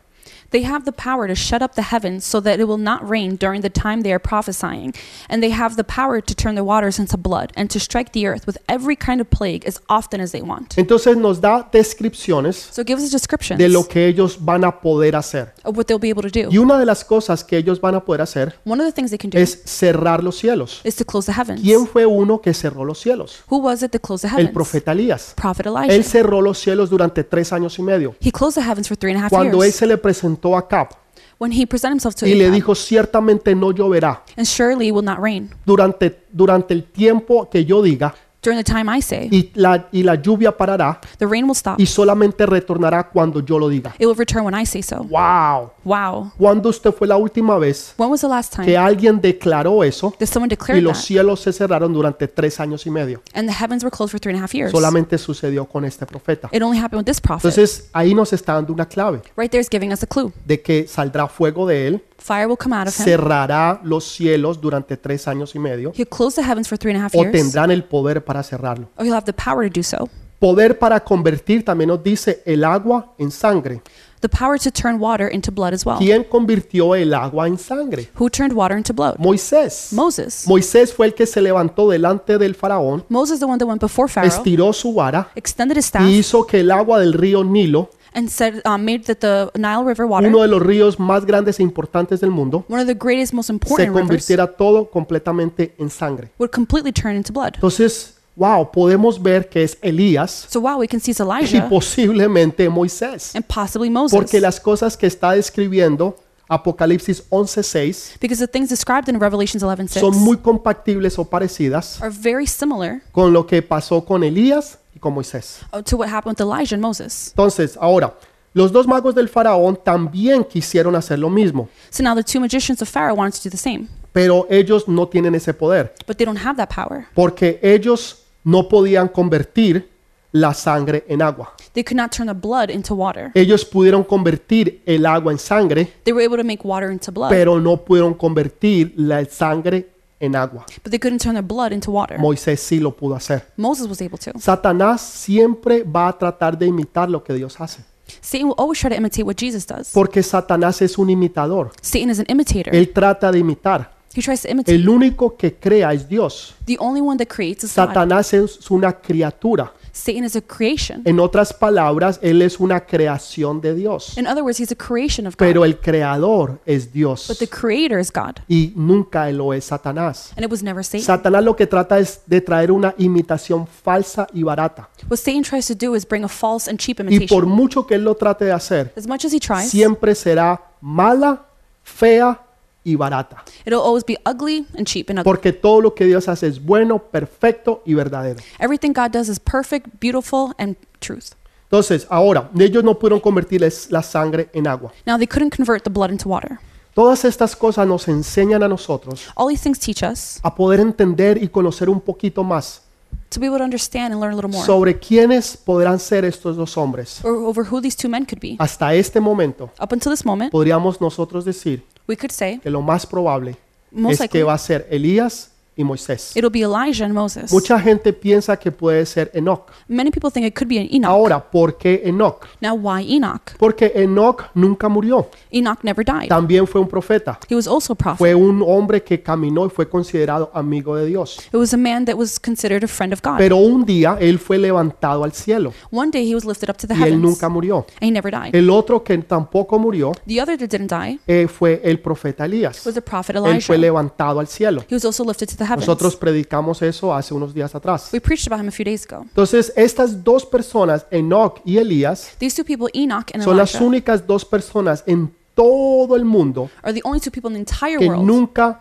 Speaker 2: They have the power to shut up the heavens so that it will not rain during the time they are prophesying, and they have the power to turn the waters into blood and to strike the earth with every kind of plague as often as they want.
Speaker 1: Entonces nos da descripciones
Speaker 2: So it gives us descriptions
Speaker 1: de lo que ellos van a poder hacer.
Speaker 2: of what they'll be able to do.
Speaker 1: Y una de las cosas que ellos van a poder hacer
Speaker 2: One of the things they can do
Speaker 1: es cerrar los cielos.
Speaker 2: is to close the heavens.
Speaker 1: ¿Quién fue uno que cerró los cielos?
Speaker 2: Who was it that closed the heavens?
Speaker 1: El profeta Elías.
Speaker 2: Prophet Elijah.
Speaker 1: Él cerró los cielos durante tres años y medio.
Speaker 2: he closed the heavens for three and a half
Speaker 1: Cuando él
Speaker 2: years.
Speaker 1: se le presentó a Cap
Speaker 2: when he presented himself to
Speaker 1: y le
Speaker 2: Ahab,
Speaker 1: dijo, ciertamente no lloverá
Speaker 2: and surely it will not rain
Speaker 1: durante, durante el tiempo que yo diga
Speaker 2: during the time I say.
Speaker 1: y la, y la lluvia parará
Speaker 2: the rain will stop.
Speaker 1: y solamente retornará cuando yo lo diga.
Speaker 2: it will return when I say so.
Speaker 1: ¡Wow!
Speaker 2: Wow.
Speaker 1: ¿Cuándo usted fue la última vez
Speaker 2: When was the last time
Speaker 1: que alguien declaró eso
Speaker 2: that someone
Speaker 1: y
Speaker 2: declared
Speaker 1: los
Speaker 2: that
Speaker 1: cielos se cerraron durante tres años y medio?
Speaker 2: and the heavens were closed for three and a half years?
Speaker 1: Solamente sucedió con este profeta.
Speaker 2: It only happened with this prophet.
Speaker 1: Entonces ahí nos está dando una clave
Speaker 2: right there is giving us a clue.
Speaker 1: de que saldrá fuego de él,
Speaker 2: Fire will come out of him.
Speaker 1: cerrará los cielos durante tres años y medio
Speaker 2: He'll close the heavens for three and a half
Speaker 1: o
Speaker 2: years,
Speaker 1: tendrán el poder para cerrarlo.
Speaker 2: or he'll have the power to do so.
Speaker 1: Poder para convertir también nos dice el agua en sangre.
Speaker 2: The power to turn water into blood as well.
Speaker 1: ¿Quién convirtió el agua en sangre?
Speaker 2: Who turned water into blood?
Speaker 1: Moisés.
Speaker 2: Moses.
Speaker 1: Moisés fue el que se levantó delante del faraón,
Speaker 2: Moses, the one that went before Pharaoh,
Speaker 1: estiró su vara
Speaker 2: extended
Speaker 1: y
Speaker 2: his staff
Speaker 1: hizo que el agua del río Nilo,
Speaker 2: and said, um, made that the Nile River water,
Speaker 1: uno de los ríos más grandes e importantes del mundo,
Speaker 2: one of the greatest, most
Speaker 1: se
Speaker 2: important rivers,
Speaker 1: convirtiera todo completamente en sangre.
Speaker 2: would completely turn into blood.
Speaker 1: Entonces, wow, podemos ver que es Elías
Speaker 2: So wow, we can see it's
Speaker 1: y
Speaker 2: Elijah
Speaker 1: posiblemente Moisés.
Speaker 2: and possibly Moses.
Speaker 1: Porque las cosas que está describiendo Apocalipsis 11:6
Speaker 2: Because the things described in Revelations 11:6
Speaker 1: son muy compatibles o parecidas
Speaker 2: are very similar
Speaker 1: con lo que pasó con Elías y con Moisés.
Speaker 2: uh, to what happened with Elijah and Moses.
Speaker 1: Entonces, ahora, los dos magos del faraón también quisieron hacer lo mismo,
Speaker 2: So now the two magicians of Pharaoh wanted to do the same,
Speaker 1: pero ellos no tienen ese poder,
Speaker 2: but they don't have that power.
Speaker 1: porque ellos no podían convertir la sangre en agua.
Speaker 2: They could not turn the blood into water.
Speaker 1: Ellos pudieron convertir el agua en sangre,
Speaker 2: They were able to make water into blood,
Speaker 1: pero no pudieron convertir la sangre en agua.
Speaker 2: but they couldn't turn their blood into water.
Speaker 1: Moisés sí lo pudo hacer.
Speaker 2: Moses was able to.
Speaker 1: Satanás siempre va a tratar de imitar lo que Dios hace,
Speaker 2: Satan will always try to imitate what Jesus does.
Speaker 1: porque Satanás es un imitador.
Speaker 2: Satan is an imitator.
Speaker 1: Él trata de imitar.
Speaker 2: He tries to imitate.
Speaker 1: El único que crea es Dios.
Speaker 2: The only one that creates is God.
Speaker 1: Satanás es una criatura.
Speaker 2: Satan is a creation.
Speaker 1: En otras palabras, él es una creación de Dios.
Speaker 2: In other words, he's a creation of God.
Speaker 1: Pero el creador es Dios
Speaker 2: But the creator is God,
Speaker 1: y nunca lo es Satanás.
Speaker 2: and it was never Satan.
Speaker 1: Satanás lo que trata es de traer una imitación falsa y barata.
Speaker 2: What Satan tries to do is bring a false and cheap
Speaker 1: Y por
Speaker 2: imitation.
Speaker 1: mucho que él lo trate de hacer,
Speaker 2: As much as he tries,
Speaker 1: siempre será mala, fea y barata.
Speaker 2: it'll always be ugly and cheap and ugly.
Speaker 1: Porque todo lo que Dios hace es bueno, perfecto y verdadero.
Speaker 2: Everything God does is perfect, beautiful, and truth.
Speaker 1: Entonces, ahora, ellos no pudieron convertirles la sangre en agua.
Speaker 2: Now, they couldn't convert the blood into water.
Speaker 1: Todas estas cosas nos enseñan a nosotros
Speaker 2: All these things teach us
Speaker 1: a poder entender y conocer un poquito más
Speaker 2: to be able to understand and learn a little more
Speaker 1: sobre quiénes podrán ser estos dos hombres.
Speaker 2: or over who these two men could be.
Speaker 1: Hasta este momento,
Speaker 2: Up until this moment,
Speaker 1: podríamos nosotros decir
Speaker 2: we could say,
Speaker 1: que lo más probable
Speaker 2: most
Speaker 1: es que
Speaker 2: likely,
Speaker 1: va a ser Elías y Moisés.
Speaker 2: It'll be Elijah and Moses.
Speaker 1: Mucha gente piensa que puede ser Enoch.
Speaker 2: Many people think it could be an Enoch.
Speaker 1: Ahora, ¿por qué Enoch?
Speaker 2: Now, why Enoch?
Speaker 1: Porque Enoch nunca murió.
Speaker 2: Enoch never died.
Speaker 1: También fue un profeta.
Speaker 2: He was also a prophet.
Speaker 1: Fue un hombre que caminó y fue considerado amigo de Dios.
Speaker 2: It was a man that was considered a friend of God.
Speaker 1: Pero un día él fue levantado al cielo
Speaker 2: One day he was lifted up to the
Speaker 1: y él
Speaker 2: heavens.
Speaker 1: nunca
Speaker 2: And
Speaker 1: murió.
Speaker 2: he never died.
Speaker 1: El otro que tampoco murió
Speaker 2: The other that didn't die
Speaker 1: eh, fue el profeta Elías.
Speaker 2: was the prophet
Speaker 1: Él fue
Speaker 2: Elijah.
Speaker 1: levantado al cielo.
Speaker 2: He was also lifted to the
Speaker 1: Nosotros
Speaker 2: heavens.
Speaker 1: predicamos eso hace unos días atrás.
Speaker 2: We preached about him a few days ago.
Speaker 1: Entonces, estas dos personas, Enoch y Elías,
Speaker 2: These two people, Enoch and
Speaker 1: son las
Speaker 2: Elijah,
Speaker 1: únicas dos personas en todo el mundo
Speaker 2: are the only two people in the entire
Speaker 1: que
Speaker 2: world
Speaker 1: nunca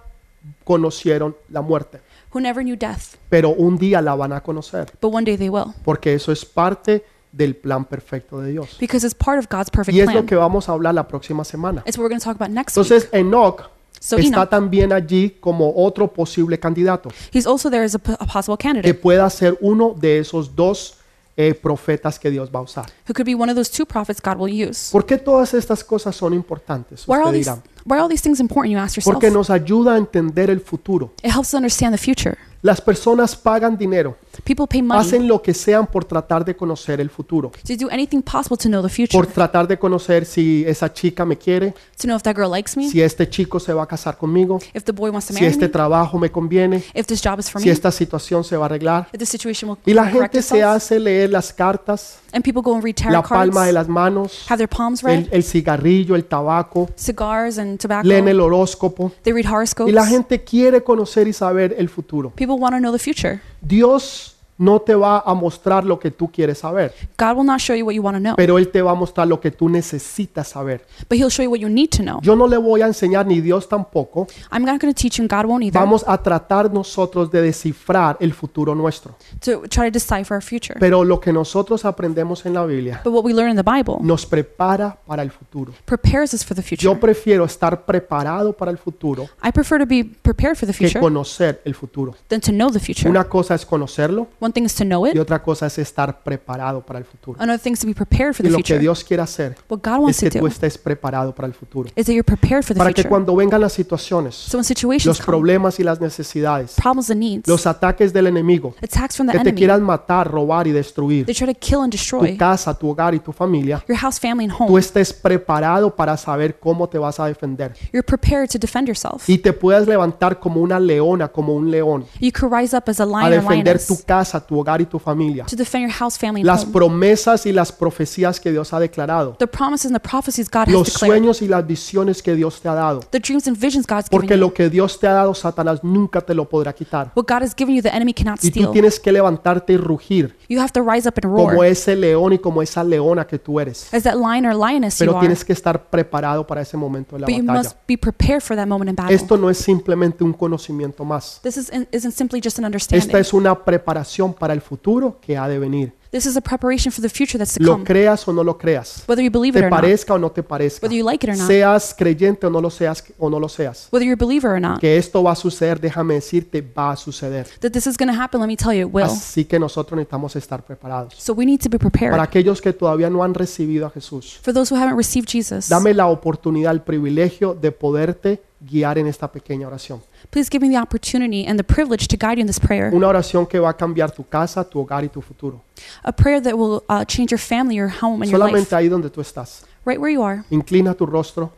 Speaker 1: conocieron la muerte.
Speaker 2: who never knew death.
Speaker 1: Pero un día la van a conocer,
Speaker 2: But one day they will,
Speaker 1: porque eso es parte del plan perfecto de Dios.
Speaker 2: because it's part of God's perfect
Speaker 1: Y es lo
Speaker 2: plan.
Speaker 1: que vamos a hablar la próxima semana.
Speaker 2: It's what we're going to talk about next week.
Speaker 1: Entonces, Enoch
Speaker 2: So
Speaker 1: está
Speaker 2: Enoch,
Speaker 1: también allí como otro posible candidato,
Speaker 2: he's also there as a, p- a possible
Speaker 1: que
Speaker 2: candidate
Speaker 1: pueda ser uno de esos dos eh, profetas que Dios va a usar.
Speaker 2: who could be one of those two prophets God will use.
Speaker 1: Eh, ¿Por qué todas estas cosas son importantes?
Speaker 2: Why are all
Speaker 1: Usted
Speaker 2: these,
Speaker 1: dirá.
Speaker 2: why are all these things important, you ask yourself?
Speaker 1: Porque nos ayuda a entender el futuro.
Speaker 2: It helps us understand the future.
Speaker 1: Las personas pagan dinero,
Speaker 2: People pay money
Speaker 1: hacen lo que sean por tratar de conocer el futuro,
Speaker 2: to do anything possible to know the future,
Speaker 1: por tratar de conocer si esa chica me quiere,
Speaker 2: to know if that girl likes me,
Speaker 1: si este chico se va a casar conmigo,
Speaker 2: if the boy wants to
Speaker 1: si
Speaker 2: marry
Speaker 1: este
Speaker 2: me,
Speaker 1: trabajo me conviene,
Speaker 2: if this job is for
Speaker 1: si
Speaker 2: me,
Speaker 1: esta situación se va a arreglar.
Speaker 2: if the situation will
Speaker 1: Y la
Speaker 2: correct
Speaker 1: gente se
Speaker 2: itself.
Speaker 1: hace leer las cartas,
Speaker 2: And people go and read tarot
Speaker 1: la palma de
Speaker 2: cards,
Speaker 1: las manos,
Speaker 2: have their palms
Speaker 1: el,
Speaker 2: read,
Speaker 1: el cigarrillo, el tabaco,
Speaker 2: cigars and
Speaker 1: leen
Speaker 2: tobacco.
Speaker 1: el horóscopo.
Speaker 2: They read
Speaker 1: Y la
Speaker 2: horoscopes.
Speaker 1: gente quiere conocer y saber el futuro.
Speaker 2: People want to know the future.
Speaker 1: Dios no te va a mostrar lo que tú quieres saber,
Speaker 2: God will not show you what you want to know,
Speaker 1: pero Él te va a mostrar lo que tú necesitas saber.
Speaker 2: but He'll show you what you need to know.
Speaker 1: Yo no le voy a enseñar, ni Dios tampoco.
Speaker 2: I'm not going to teach you, and God won't either,
Speaker 1: Vamos a tratar nosotros de descifrar el futuro nuestro.
Speaker 2: to try to decipher our future.
Speaker 1: Pero lo que nosotros aprendemos en la Biblia
Speaker 2: But what we learn in the Bible
Speaker 1: nos prepara para el futuro.
Speaker 2: prepares us for the future.
Speaker 1: Yo prefiero estar preparado para el futuro
Speaker 2: I prefer to be prepared for the
Speaker 1: que
Speaker 2: future
Speaker 1: conocer el futuro.
Speaker 2: than to know the future.
Speaker 1: Una cosa es conocerlo
Speaker 2: One thing is to know
Speaker 1: y
Speaker 2: it,
Speaker 1: otra cosa es estar preparado para el futuro.
Speaker 2: another thing is to be prepared for
Speaker 1: Y
Speaker 2: Ah, the
Speaker 1: lo que
Speaker 2: future.
Speaker 1: Dios quiere hacer
Speaker 2: What God
Speaker 1: es
Speaker 2: wants to
Speaker 1: que tú
Speaker 2: do
Speaker 1: estés preparado para el futuro.
Speaker 2: is that you're prepared for the
Speaker 1: Para que
Speaker 2: future.
Speaker 1: cuando vengan las situaciones,
Speaker 2: So when situations
Speaker 1: los
Speaker 2: come,
Speaker 1: problemas y las necesidades,
Speaker 2: problems and needs,
Speaker 1: los ataques del enemigo,
Speaker 2: attacks from the
Speaker 1: que te
Speaker 2: enemy,
Speaker 1: quieran matar, robar y
Speaker 2: they
Speaker 1: destruir
Speaker 2: try to kill and
Speaker 1: tu
Speaker 2: destroy
Speaker 1: casa, tu hogar y tu familia,
Speaker 2: your house, family, and
Speaker 1: tú
Speaker 2: home,
Speaker 1: estés preparado para saber cómo te vas a defender.
Speaker 2: you're prepared to defend yourself.
Speaker 1: Y te puedas levantar como una leona, como un león,
Speaker 2: You could rise up as a
Speaker 1: a
Speaker 2: lion or
Speaker 1: defender tu
Speaker 2: lioness
Speaker 1: casa, tu hogar y tu familia.
Speaker 2: to defend your house, family, and
Speaker 1: las
Speaker 2: home.
Speaker 1: promesas y las profecías que Dios ha declarado,
Speaker 2: The promises and the prophecies God has
Speaker 1: los
Speaker 2: declared,
Speaker 1: sueños y las visiones que Dios te ha dado,
Speaker 2: the dreams and visions God's given
Speaker 1: porque
Speaker 2: you.
Speaker 1: lo que Dios te ha dado, Satanás nunca te lo podrá quitar.
Speaker 2: What God has given you, the enemy cannot
Speaker 1: Y tú
Speaker 2: steal.
Speaker 1: tienes que levantarte y rugir
Speaker 2: You have to rise up and
Speaker 1: como
Speaker 2: roar
Speaker 1: ese león y como esa leona que tú eres,
Speaker 2: as that lion or lioness you
Speaker 1: pero
Speaker 2: are,
Speaker 1: tienes que estar preparado para ese momento de
Speaker 2: but you
Speaker 1: la batalla.
Speaker 2: must be prepared for that moment in battle.
Speaker 1: Esto no es simplemente un conocimiento más.
Speaker 2: This isn't, isn't simply just an
Speaker 1: Esta
Speaker 2: understanding.
Speaker 1: es una preparación para el futuro que ha de venir.
Speaker 2: This is a preparation for the future that's to
Speaker 1: Lo
Speaker 2: come,
Speaker 1: creas o no lo creas,
Speaker 2: whether you believe it
Speaker 1: te
Speaker 2: or not,
Speaker 1: parezca o no te parezca,
Speaker 2: whether you like it or not,
Speaker 1: seas creyente o no lo seas o no lo seas.
Speaker 2: whether you're a believer or not.
Speaker 1: que esto va a suceder, déjame decirte, va a suceder.
Speaker 2: That this is going to happen, let me tell you, it will.
Speaker 1: Así que nosotros necesitamos estar preparados.
Speaker 2: So we need to be
Speaker 1: Para
Speaker 2: prepared.
Speaker 1: aquellos que todavía no han recibido a Jesús,
Speaker 2: For those who haven't received Jesus,
Speaker 1: dame la oportunidad, el privilegio de poderte guiar en esta pequeña oración.
Speaker 2: please give me the opportunity and the privilege to guide you in this prayer.
Speaker 1: Una oración que va a cambiar tu casa, tu hogar y tu futuro.
Speaker 2: A prayer that will uh, change your family, your home, and your life.
Speaker 1: Solamente ahí donde tú estás.
Speaker 2: Right where you are,
Speaker 1: Inclina tu rostro,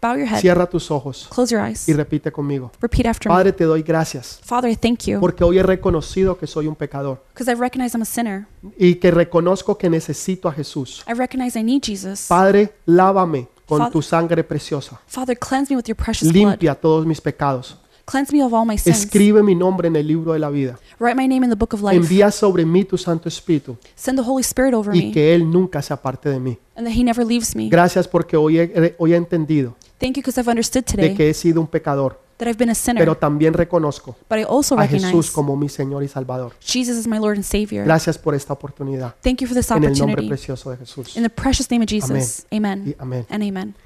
Speaker 2: bow your head,
Speaker 1: cierra tus ojos
Speaker 2: close your
Speaker 1: y
Speaker 2: eyes,
Speaker 1: repite conmigo.
Speaker 2: repeat after me.
Speaker 1: Padre, te doy gracias
Speaker 2: Father, I thank you
Speaker 1: porque hoy he reconocido que soy un pecador
Speaker 2: because I recognize I'm a sinner.
Speaker 1: y que reconozco que necesito a Jesús.
Speaker 2: I recognize I need Jesus.
Speaker 1: Padre, lávame con tu sangre preciosa.
Speaker 2: Father, cleanse me with your precious blood.
Speaker 1: Limpia todos mis pecados.
Speaker 2: Cleanse me of all my sins.
Speaker 1: Escribe mi nombre en el libro de la vida.
Speaker 2: Write my name in the book of life.
Speaker 1: Envía sobre mí tu Santo Espíritu
Speaker 2: Send the Holy Spirit over
Speaker 1: y
Speaker 2: me
Speaker 1: que Él nunca se aparte de mí.
Speaker 2: and that He never leaves me.
Speaker 1: Gracias porque hoy he, hoy he entendido
Speaker 2: Thank you because I've understood
Speaker 1: de
Speaker 2: today
Speaker 1: que he sido un pecador,
Speaker 2: that I've been a
Speaker 1: pero
Speaker 2: sinner,
Speaker 1: también reconozco
Speaker 2: but I also
Speaker 1: a Jesús
Speaker 2: recognize
Speaker 1: como mi Señor y Salvador.
Speaker 2: Jesus is my Lord and Savior.
Speaker 1: Gracias por esta oportunidad.
Speaker 2: Thank you for this
Speaker 1: En el nombre
Speaker 2: opportunity.
Speaker 1: precioso de Jesús.
Speaker 2: In the precious name of Jesus,
Speaker 1: Y
Speaker 2: amen
Speaker 1: amén.
Speaker 2: and amen.